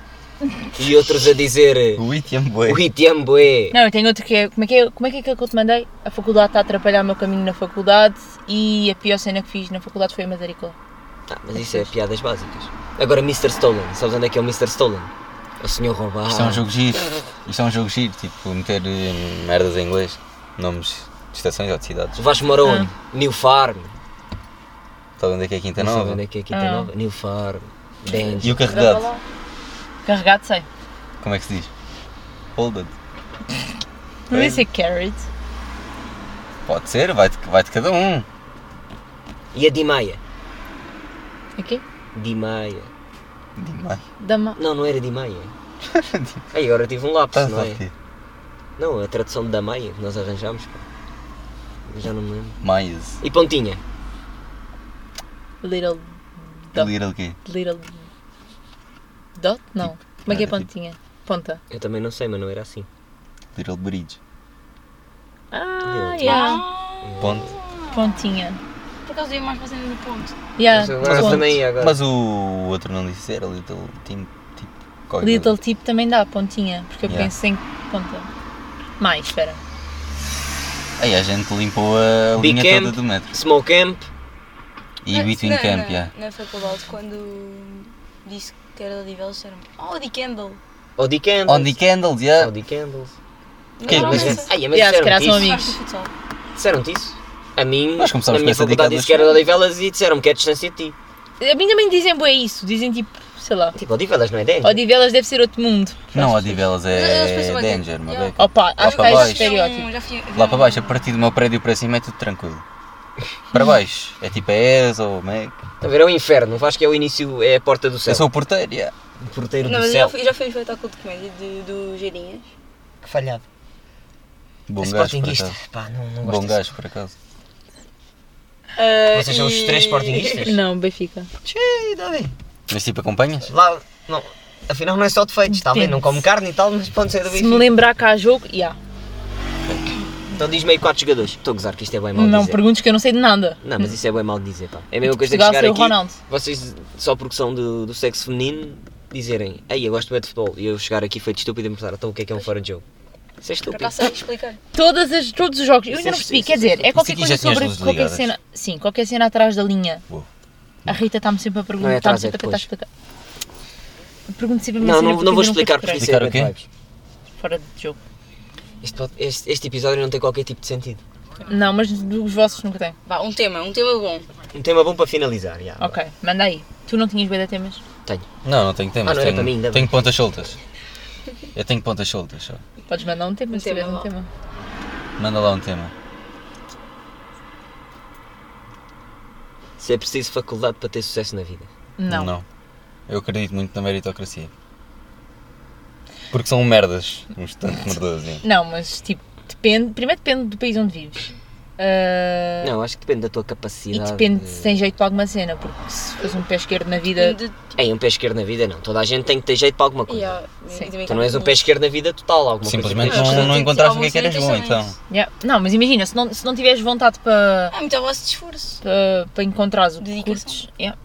S2: e outros a dizer
S1: O Itiam Boi.
S2: o é um Itiamboé.
S3: Não, eu tenho outro que é. Como é que é, como é, que é aquele que eu te mandei? A faculdade está a atrapalhar o meu caminho na faculdade e a pior cena que fiz na faculdade foi a matrícula.
S2: Ah, mas isso é piadas básicas. Agora Mr. Stolen, sabes onde é que é o Mr. Stolen? É o senhor roubado.
S1: Isto é um jogo giro. Isto é um jogo giro, tipo, meter eh, merdas em inglês. Nomes de estações ou de cidades.
S2: Vasco Maroni, New Farm.
S1: Sabe onde é que é a Quinta
S2: Não sabes
S1: Nova?
S2: onde é que é a Quinta
S3: Ah.
S2: Nova? New Farm,
S1: E
S2: Danger.
S1: o carregado?
S3: Carregado, sei.
S1: Como é que se diz? Folded.
S3: Não ia ser carried.
S1: Pode ser, vai de, vai de cada um.
S2: E a Di Maia?
S3: Aqui?
S2: Di Maia.
S1: Demais.
S3: Da ma...
S2: Não, não era
S1: [LAUGHS]
S2: Di Maia. Aí agora tive um lápis,
S1: Estás
S2: não
S1: a
S2: é?
S1: quê?
S2: Não, a tradução de da Maia que nós arranjámos. pá. Já não me lembro.
S1: Mais.
S2: E Pontinha?
S3: Little.
S2: Tá.
S3: Dot.
S1: Little quê?
S3: Little. Dot? Não. Como é
S2: ah,
S3: que
S1: era
S3: é
S1: tipo-
S3: pontinha? Ponta.
S2: Eu também não sei, mas não era assim.
S1: Little Bridge.
S3: Ah,
S2: Little.
S3: yeah.
S2: Hum,
S1: Ponte.
S3: Pontinha.
S4: Por acaso eu ia mais para cima do ponto.
S3: Yeah.
S2: Mas agora
S3: ponto.
S2: também agora.
S1: Mas o outro não disse era Little Team. Tipo, qualquer
S3: Little
S1: coisa.
S3: tipo também dá pontinha, porque eu
S1: Yeah.
S3: penso em ponta. Mais, espera.
S1: Aí a gente limpou a
S2: Big
S1: linha
S2: Camp.
S1: toda do metro.
S2: Smoke Camp.
S1: E Between
S4: Na-
S1: Camp,
S4: na-
S1: yeah.
S4: Na faculdade, quando disse que era da Divel, disseram-me Oh, de Kendall.
S2: Audi Candles.
S1: On the Candles, yeah.
S2: Audi Candles.
S1: Que é
S4: Não,
S1: isso?
S4: mas-
S2: Ai, mas
S3: Yeah, se calhar são
S2: disseram-te isso?
S4: Acho que futsal.
S2: Disseram-te isso? A
S1: Nós
S2: mim, na
S1: começámos com
S2: minha
S1: essa
S2: faculdade
S1: dica
S2: disse que era de Odivelas e disseram-me que é distância de ti.
S3: A mim também dizem bué isso, dizem tipo, sei lá.
S2: Tipo, Odivelas não é 10?
S3: Odivelas deve ser outro mundo.
S1: Não, a de Belas
S4: Eles
S1: é
S4: pensam até-
S1: Danger, uma
S4: yeah.
S1: beca.
S3: Opa, acho que
S1: para
S3: é
S1: baixo.
S3: estereótipo.
S4: Já fui-
S1: Lá para baixo, é a partir do meu prédio para cima é tudo tranquilo. [LAUGHS] Para baixo, é tipo a ES ou o MEC.
S2: A ver, é o inferno. Acho que é o início, é a porta do céu.
S1: Eu sou o porteiro, yeah.
S2: o porteiro
S4: Não,
S2: do
S4: mas eu
S2: céu.
S4: já fui, eu já fui um espetáculo de comédia de- do Geirinhas.
S2: Que falhado.
S1: Bom
S2: É
S1: gajo, por
S2: sportinguista.
S1: acaso.
S2: Pá, não, não gosto
S1: Bom
S2: desse-
S1: gajo, por acaso.
S2: Vocês são os três sportinguistas?
S3: Não, Benfica.
S2: Tchê, dá bem.
S1: Mas tipo, acompanhas?
S2: Lá, não. Afinal, não é só defeitos, está bem?
S3: Depende.
S2: Não come carne e tal, mas pode ser do
S3: Se me
S2: Benfica.
S3: lembrar que há jogo, já.
S2: Então diz-me aí quatro jogadores. Estou a gozar que isto é bem mal
S3: Não
S2: dizer.
S3: perguntes que eu não sei de nada.
S2: Não, mas isso é bem mal de dizer, pá. É a mesma
S3: De
S2: coisa que
S3: Portugal
S2: chegar
S3: ser o
S2: aqui,
S3: Ronaldo.
S2: vocês, só porque são do, do sexo feminino, dizerem, ei, eu gosto bem de futebol, e eu chegar aqui feito estúpido e me perguntar, então o que é que é um fora de jogo? Isso é estúpido.
S4: Para sei explicar.
S3: Todas as, todos os jogos, eu
S2: Isso
S3: ainda
S2: é-
S3: não percebi,
S2: isso
S3: quer
S2: é-
S3: dizer, é
S1: isso
S3: qualquer
S1: aqui
S3: coisa
S1: já tinha as
S3: sobre
S1: luzes
S3: qualquer
S1: ligadas.
S3: cena, sim, qualquer cena atrás da linha.
S1: Boa.
S3: A Rita está-me sempre a perguntar,
S2: Não é
S3: está-me
S2: atrás, é
S3: sempre a tentar explicar. Pergunto sempre a minha
S2: Não,
S3: cena
S2: não,
S3: porque
S2: não vou
S3: ainda sei
S2: explicar porque
S3: porquê.
S2: isso é
S1: Explicar o
S2: bad
S1: quê?
S2: vibes.
S3: Fora de jogo.
S2: Este, pod- este, este episódio não tem qualquer tipo de sentido.
S3: Não, mas dos vossos nunca tem.
S4: Vá, um tema, um tema bom.
S2: Um tema bom para finalizar, já.
S3: Ok, manda aí. Tu não tinhas BD temas?
S2: Tenho.
S1: Não, não tenho
S2: Ah,
S1: temas.
S2: não era
S1: tenho,
S2: para mim, ainda bem.
S1: tenho pontas soltas. Eu tenho pontas soltas só.
S3: Podes mandar um tema,
S4: Um
S3: se tiveres
S4: tema,
S3: um
S4: vá.
S3: tema.
S1: Manda lá um tema.
S2: Se é preciso faculdade para ter sucesso na vida.
S3: Não.
S1: Eu acredito muito na meritocracia. Porque são merdas. Uns [LAUGHS] tanto merdosos. hein?
S3: Não, mas tipo, depende. Primeiro depende do país onde vives. Ah,
S2: Não, eh, acho que depende da tua
S3: e
S2: capacidade.
S3: depende
S2: de-
S3: se tem jeito para alguma cena, porque se fores um pé esquerdo na vida.
S4: De...
S2: Ei, um pé esquerdo na vida não. Toda a gente tem que ter jeito para alguma coisa.
S4: Yeah,
S3: Sim.
S4: e também
S2: Tu não és um
S4: com-
S2: pé esquerdo na vida total, alguma
S1: Simplesmente
S2: coisa.
S4: Eu acho
S1: não,
S4: que tem
S1: não
S4: que
S1: encontraste o
S4: tirar
S1: que é que eras bom,
S4: algumas
S1: então.
S4: orientações.
S3: Yeah. Não, mas imagina, se não, se não tiveres vontade para,
S4: Há muito à base então de esforço.
S3: para, para encontrares o que
S4: Dedicação.
S3: curtes. yeah.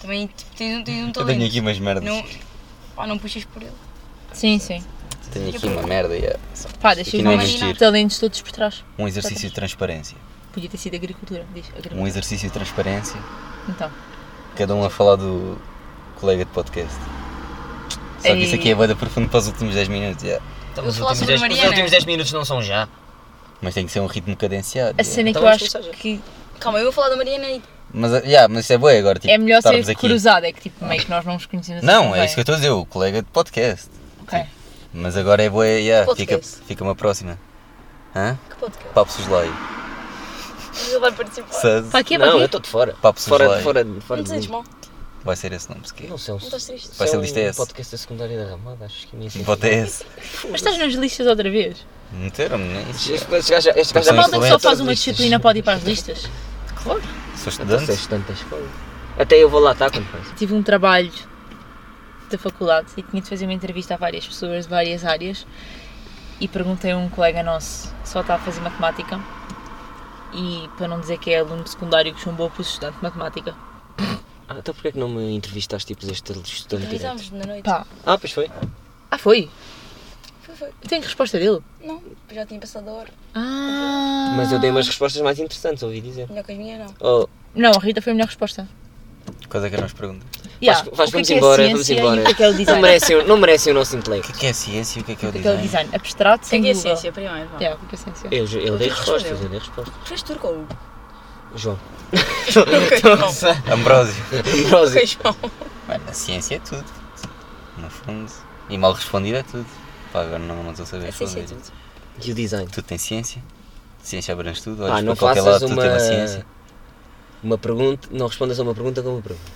S4: Também tipo, tens um, tens um
S1: Eu
S4: talento.
S1: tenho aqui umas merdas.
S4: Não, pá, não puxas por ele.
S3: Sim, sim.
S1: Tenho aqui uma merda. e é
S3: Pá, deixa
S1: Aqui
S3: os
S1: não
S3: meus
S1: existir.
S3: talentos todos por trás.
S1: Um exercício de transparência.
S3: Podia ter sido agricultura, diz.
S1: Um
S3: Agricultura.
S1: exercício de transparência.
S3: Então,
S1: Cada um a falar do colega de podcast. Só que
S3: Ei.
S1: isso aqui é bada profundo para os últimos 10 minutos. yeah.
S2: Então,
S4: Eu
S2: os,
S4: vou
S2: últimos
S4: falar sobre
S2: dez,
S4: a
S2: os
S4: Mariana.
S2: últimos 10 minutos não são já.
S1: Mas tem que ser um ritmo cadenciado.
S3: a
S1: yeah.
S3: cena
S2: Então
S3: que eu
S2: vamos
S3: acho
S2: começar
S1: Tipo,
S3: que
S4: Calma, eu vou falar da Mariana e
S1: Mas, yeah, mas isso é boa agora. Tipo,
S3: é melhor
S1: estarmos
S3: ser
S1: aqui.
S3: cruzado, é que tipo, meio que nós não nos conhecemos
S1: Não, é isso que eu estou a dizer. O colega de podcast.
S3: Ok.
S1: Mas agora é boa. Yeah, fica,
S4: podcast?
S1: fica uma próxima. Hã?
S4: que podcast.
S1: Papo Suslaio.
S4: Ele vai participar.
S1: Saz.
S3: Para aqui é para
S2: não, eu
S3: aqui.
S2: estou de fora.
S1: Papo
S2: fora,
S1: sujo
S2: de- fora, de- fora
S4: Não
S2: de
S4: te sentes mal?
S1: Vai ser esse nome, se quer.
S2: Não sei,
S4: Não estás triste?
S1: Vai ser
S2: um
S1: lista S.
S2: podcast da secundária da Ramada, acho que é nem sei.
S1: Bota esse.
S3: Mas estás nas listas outra vez?
S1: Meteram-me, né? Isso,
S2: Este este gajo este gajo é
S1: São
S3: A malta que só
S1: influencers,
S3: faz uma disciplina pode ir para as listas? Claro.
S1: Sou
S2: Então, sei
S1: estudante.
S2: estudante da escola. Até eu vou lá estar quando penso.
S3: Tive um trabalho da faculdade e tinha de fazer uma entrevista a várias pessoas de várias áreas e perguntei a um colega nosso que só está a fazer matemática e para não dizer que é aluno de secundário que chumbou por estudante de matemática.
S2: Ah, então porquê é que não me entrevistaste tipo este estudante direto?
S4: Avisámos na noite.
S3: Pá.
S2: Ah, pois foi.
S3: Ah, foi?
S4: Foi, foi.
S3: Eu tenho resposta dele.
S4: Não, já tinha passado a hora.
S3: Ah.
S2: Mas eu dei umas respostas mais interessantes, ouvi dizer.
S4: Melhor que as minhas, não.
S2: Oh,
S3: Não, a Rita foi a melhor resposta.
S1: Quais é que eram as perguntas?
S3: Yeah.
S2: faz, faz,
S3: o que é
S2: vamos
S3: que é
S2: embora,
S3: ciência
S2: vamos
S3: e
S2: embora.
S3: O que é que é o
S2: não,
S3: design?
S2: merecem, o- não merecem o nosso
S1: O que
S2: intelecto.
S1: é que é ciência e o que é que é o
S3: O que é que é o
S1: design?
S3: design? Abstrato,
S4: É
S3: sem dúvida.
S4: primeiro? Vá.
S3: Yeah, o que é ciência?
S2: Eu, eu dei
S4: Tu
S2: respostas,
S4: respondeu.
S2: eu dei respostas.
S4: Tu és turco ou Hugo?
S2: João.
S4: Ok,
S1: Ambrósio.
S2: Ambrósio.
S4: João.
S1: Mano, a ciência é tudo. No fundo. E mal respondido é tudo. Pá, agora não, não estou a saber
S4: É
S1: responder.
S4: ciência tudo.
S2: E o design?
S1: Tu tens ciência? Ciência abrange tudo? Olhas
S2: Pá, não
S1: para qualquer
S2: faças
S1: lado, tu
S2: uma...
S1: tens uma ciência.
S2: Uma pergunta, não respondas a uma pergunta com uma pergunta.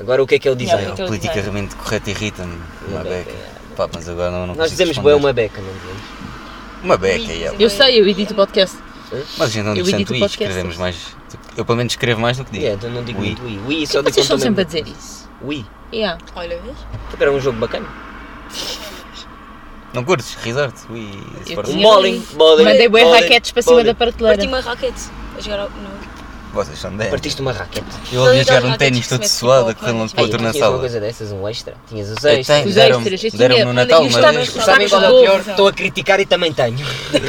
S2: Agora o que é que é o design?
S1: Pá,
S3: Não, o que é o
S1: Politicamente correto irrita-me. Uma
S2: Uma
S1: beca.
S2: beca.
S1: Pá, mas agora não, não consigo
S2: Nós dizemos boa
S1: responder.
S2: uma beca, não é? dizemos?
S1: Uma beca, yeah.
S3: Eu sei, eu edito o podcast.
S1: Mas a gente não
S3: Eu
S1: diz
S3: edito
S1: tanto i,
S3: podcasts.
S1: escrevemos mais. Eu pelo menos escrevo mais do que digo.
S2: Yeah, então não digo
S1: Ui.
S2: muito Wii. Wii só
S3: Só
S2: digo
S3: é vocês estão
S2: quando
S3: sempre a
S2: também-
S3: dizer isso.
S2: Wii.
S3: Yeah.
S4: Olha, vês?
S2: Porque era um jogo bacana.
S1: Não curtes? Resort? Ui, Sporting.
S2: Um
S3: tinha-
S2: bowling, bowling.
S3: Mandei boas
S2: bowling,
S3: raquetes para cima
S2: bowling.
S3: da prateleira.
S4: Parti uma raquete a jogar ao... no-
S1: um- Vocês são 10.
S2: Partiste uma raquete.
S1: Eu ali a jogar
S4: Não,
S1: um
S4: não,
S1: ténis
S4: não, não,
S1: todo
S4: não,
S1: suado,
S4: não,
S1: a correr lá
S4: não,
S1: para o outro
S2: Ei,
S1: na
S2: tinhas uma
S1: sala.
S2: coisa dessas, um extra? Tinhas os
S1: Eu
S2: extras?
S1: tenho,
S3: Os
S1: deram-
S3: extras, eu tinha-
S1: Deram-me no
S3: olha,
S1: Natal
S3: e os
S1: uma vez.
S3: tamanhos que
S2: Sabem
S3: Sabes
S2: qual é o
S3: boas,
S2: pior?
S3: então.
S2: Estou a criticar e também tenho.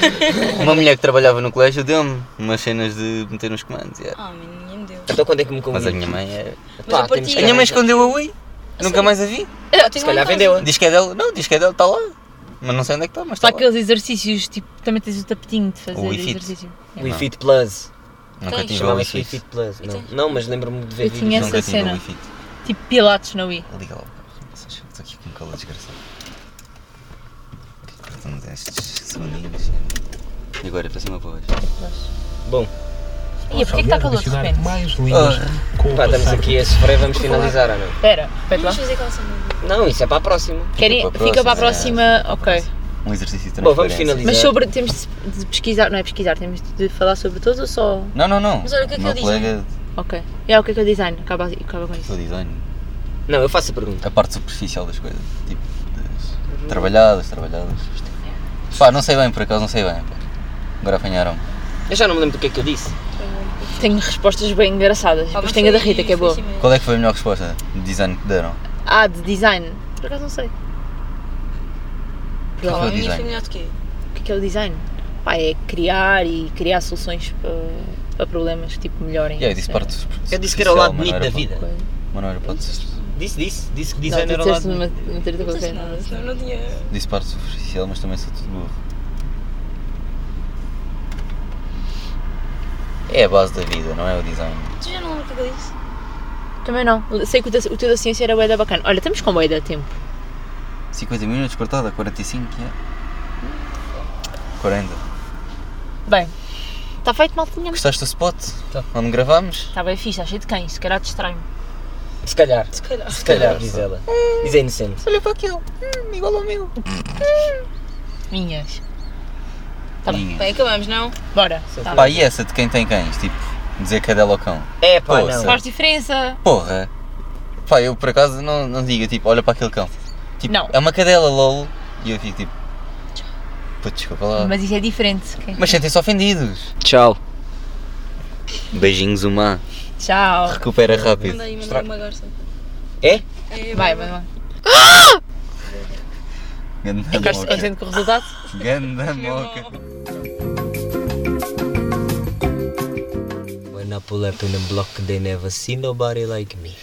S2: [LAUGHS]
S1: Uma mulher que trabalhava no colégio deu-me umas cenas de meter nos comandos. yeah.
S4: Ah, mas ninguém me deu.
S2: Então quando é que me
S1: Mas
S2: convido?
S1: a minha mãe é.
S4: Mas eu
S2: temos
S4: parti-
S1: A
S2: que
S1: minha mãe
S2: arranjar.
S1: escondeu a Wii. Nunca
S4: sério?
S1: mais a vi.
S4: Ah, tenho
S2: Se
S4: lá em
S2: calhar
S4: casa.
S2: vendeu-a.
S1: Diz que é dela. Não, diz que é dela, está lá. Mas não sei onde é que está, mas está
S3: Para
S1: lá.
S3: aqueles exercícios, tipo, também tens o tapetinho de fazer
S1: O Wii Fit.
S3: exercício.
S2: Wii
S1: Não.
S2: Fit Plus.
S1: Nunca
S4: Tens.
S1: tive a Wii
S2: Chamava-se Wii Fit
S1: Fit.
S2: Plus. Não,
S4: tens?
S2: não mas lembro-me de ver
S3: Eu tinha
S2: vídeos.
S3: essa
S1: Nunca tive a
S3: cena.
S1: Wii Fit.
S3: Tipo pilates na Wii.
S1: Liga lá. Vocês- Estou aqui com um calor desgraçado. Cortamos estes segundinhos. E agora para cima para baixo.
S2: Bom,
S3: E é porque é que está calor de repente?
S5: mais lindas com o
S2: Ah, pá, estamos
S5: passar do
S2: aqui a sofrer, vamos finalizar ou não?
S3: Espera, espera lá.
S4: Vamos fazer calça mesmo.
S2: Não, isso é para a próxima.
S3: Querem- Fica para a próxima, ok.
S1: Um exercício de
S2: Bom, vamos
S1: transparência.
S2: finalizar.
S3: Mas sobre, temos de- de pesquisar, não é pesquisar, temos de falar sobre todos ou só...
S1: Não, não, não.
S4: Mas olha, o que é que
S1: meu
S4: eu disse?
S1: colega
S3: Ok. É o que é que é o design, acaba, acaba com
S1: do
S3: isso.
S1: design.
S2: Não, eu faço a pergunta.
S1: A parte superficial das coisas. Tipo, das trabalhadas, trabalhadas. Pá, não sei bem, por acaso não sei bem. pá. Agora apanharam.
S2: Eu já não me lembro do que é que eu disse.
S3: Tenho respostas bem engraçadas. Depois Tipo, tenho a da Rita, que é boa.
S1: Qual é que foi a melhor resposta de design que deram?
S3: Ah, de design. Por acaso não sei.
S1: Qual foi o
S3: Provavelmente.
S1: design?
S4: Foi melhor do que
S3: O que é, que é o design? Pá, é criar e criar soluções para, para problemas que tipo melhorem.
S1: Yeah, eu disse
S3: essa-
S1: parte superficial.
S2: Eu disse que era o lado
S1: mas não
S2: bonito
S1: era
S2: da
S1: parte-
S2: vida.
S3: coisa.
S1: Mas não era parte superficial.
S2: Disse, disse. Disse que
S3: Não,
S2: design
S3: tu
S2: era o lado.
S3: disseste uma, uma treta qualquer.
S4: nada, senão não tinha.
S1: Disse parte superficial, mas também sou tudo burro. É a base da vida, não é o design.
S4: Tu já não lembro o que é que eu disse?
S3: Também não. Sei que o, da- o teu da ciência era bué da bacana. Olha, estamos com bué da tempo.
S1: 50 minutos cortada, 45, é? 40.
S3: Bem, está Tá feito mal tínhamos.
S1: Gostaste do spot?
S2: Tá.
S1: Onde gravámos?
S3: Está bem fixe, está cheio de cães. Se calhar distrai-me.
S2: Se calhar.
S4: Se calhar.
S2: Se
S1: calhar,
S2: calhar, diz
S1: só.
S2: ela. Diz a inocente.
S1: Olha para aquele, igual ao meu.
S3: Minhas. Tá bem.
S1: Minha.
S4: Bem, acabamos, não?
S3: Bora.
S2: Sim,
S3: Tá
S2: sim.
S1: Pá, e essa de quem tem cães? Tipo, dizer cadela ao cão.
S2: É pá,
S1: Poça.
S2: não.
S3: Faz diferença.
S1: Porra! Pá, eu por acaso não, não digo, tipo, olha para aquele cão. Tipo,
S3: Não.
S1: é uma cadela, lol. E eu fico tipo. Pô, desculpa lá. Mas,
S3: Mas isso é diferente. ok?
S1: sentem-se ofendidos.
S2: Tchau.
S1: Beijinhos, uma.
S3: Tchau.
S1: Recupera rápido.
S4: Manda aí, manda
S2: Estra-
S4: uma garça.
S2: É?
S4: É,
S3: Vai, vai, vai.
S1: Ganda
S3: Ficaste
S1: moca.
S3: contente com o resultado?
S1: Ganda moca.
S2: When I pull up in a block, they never see nobody like me.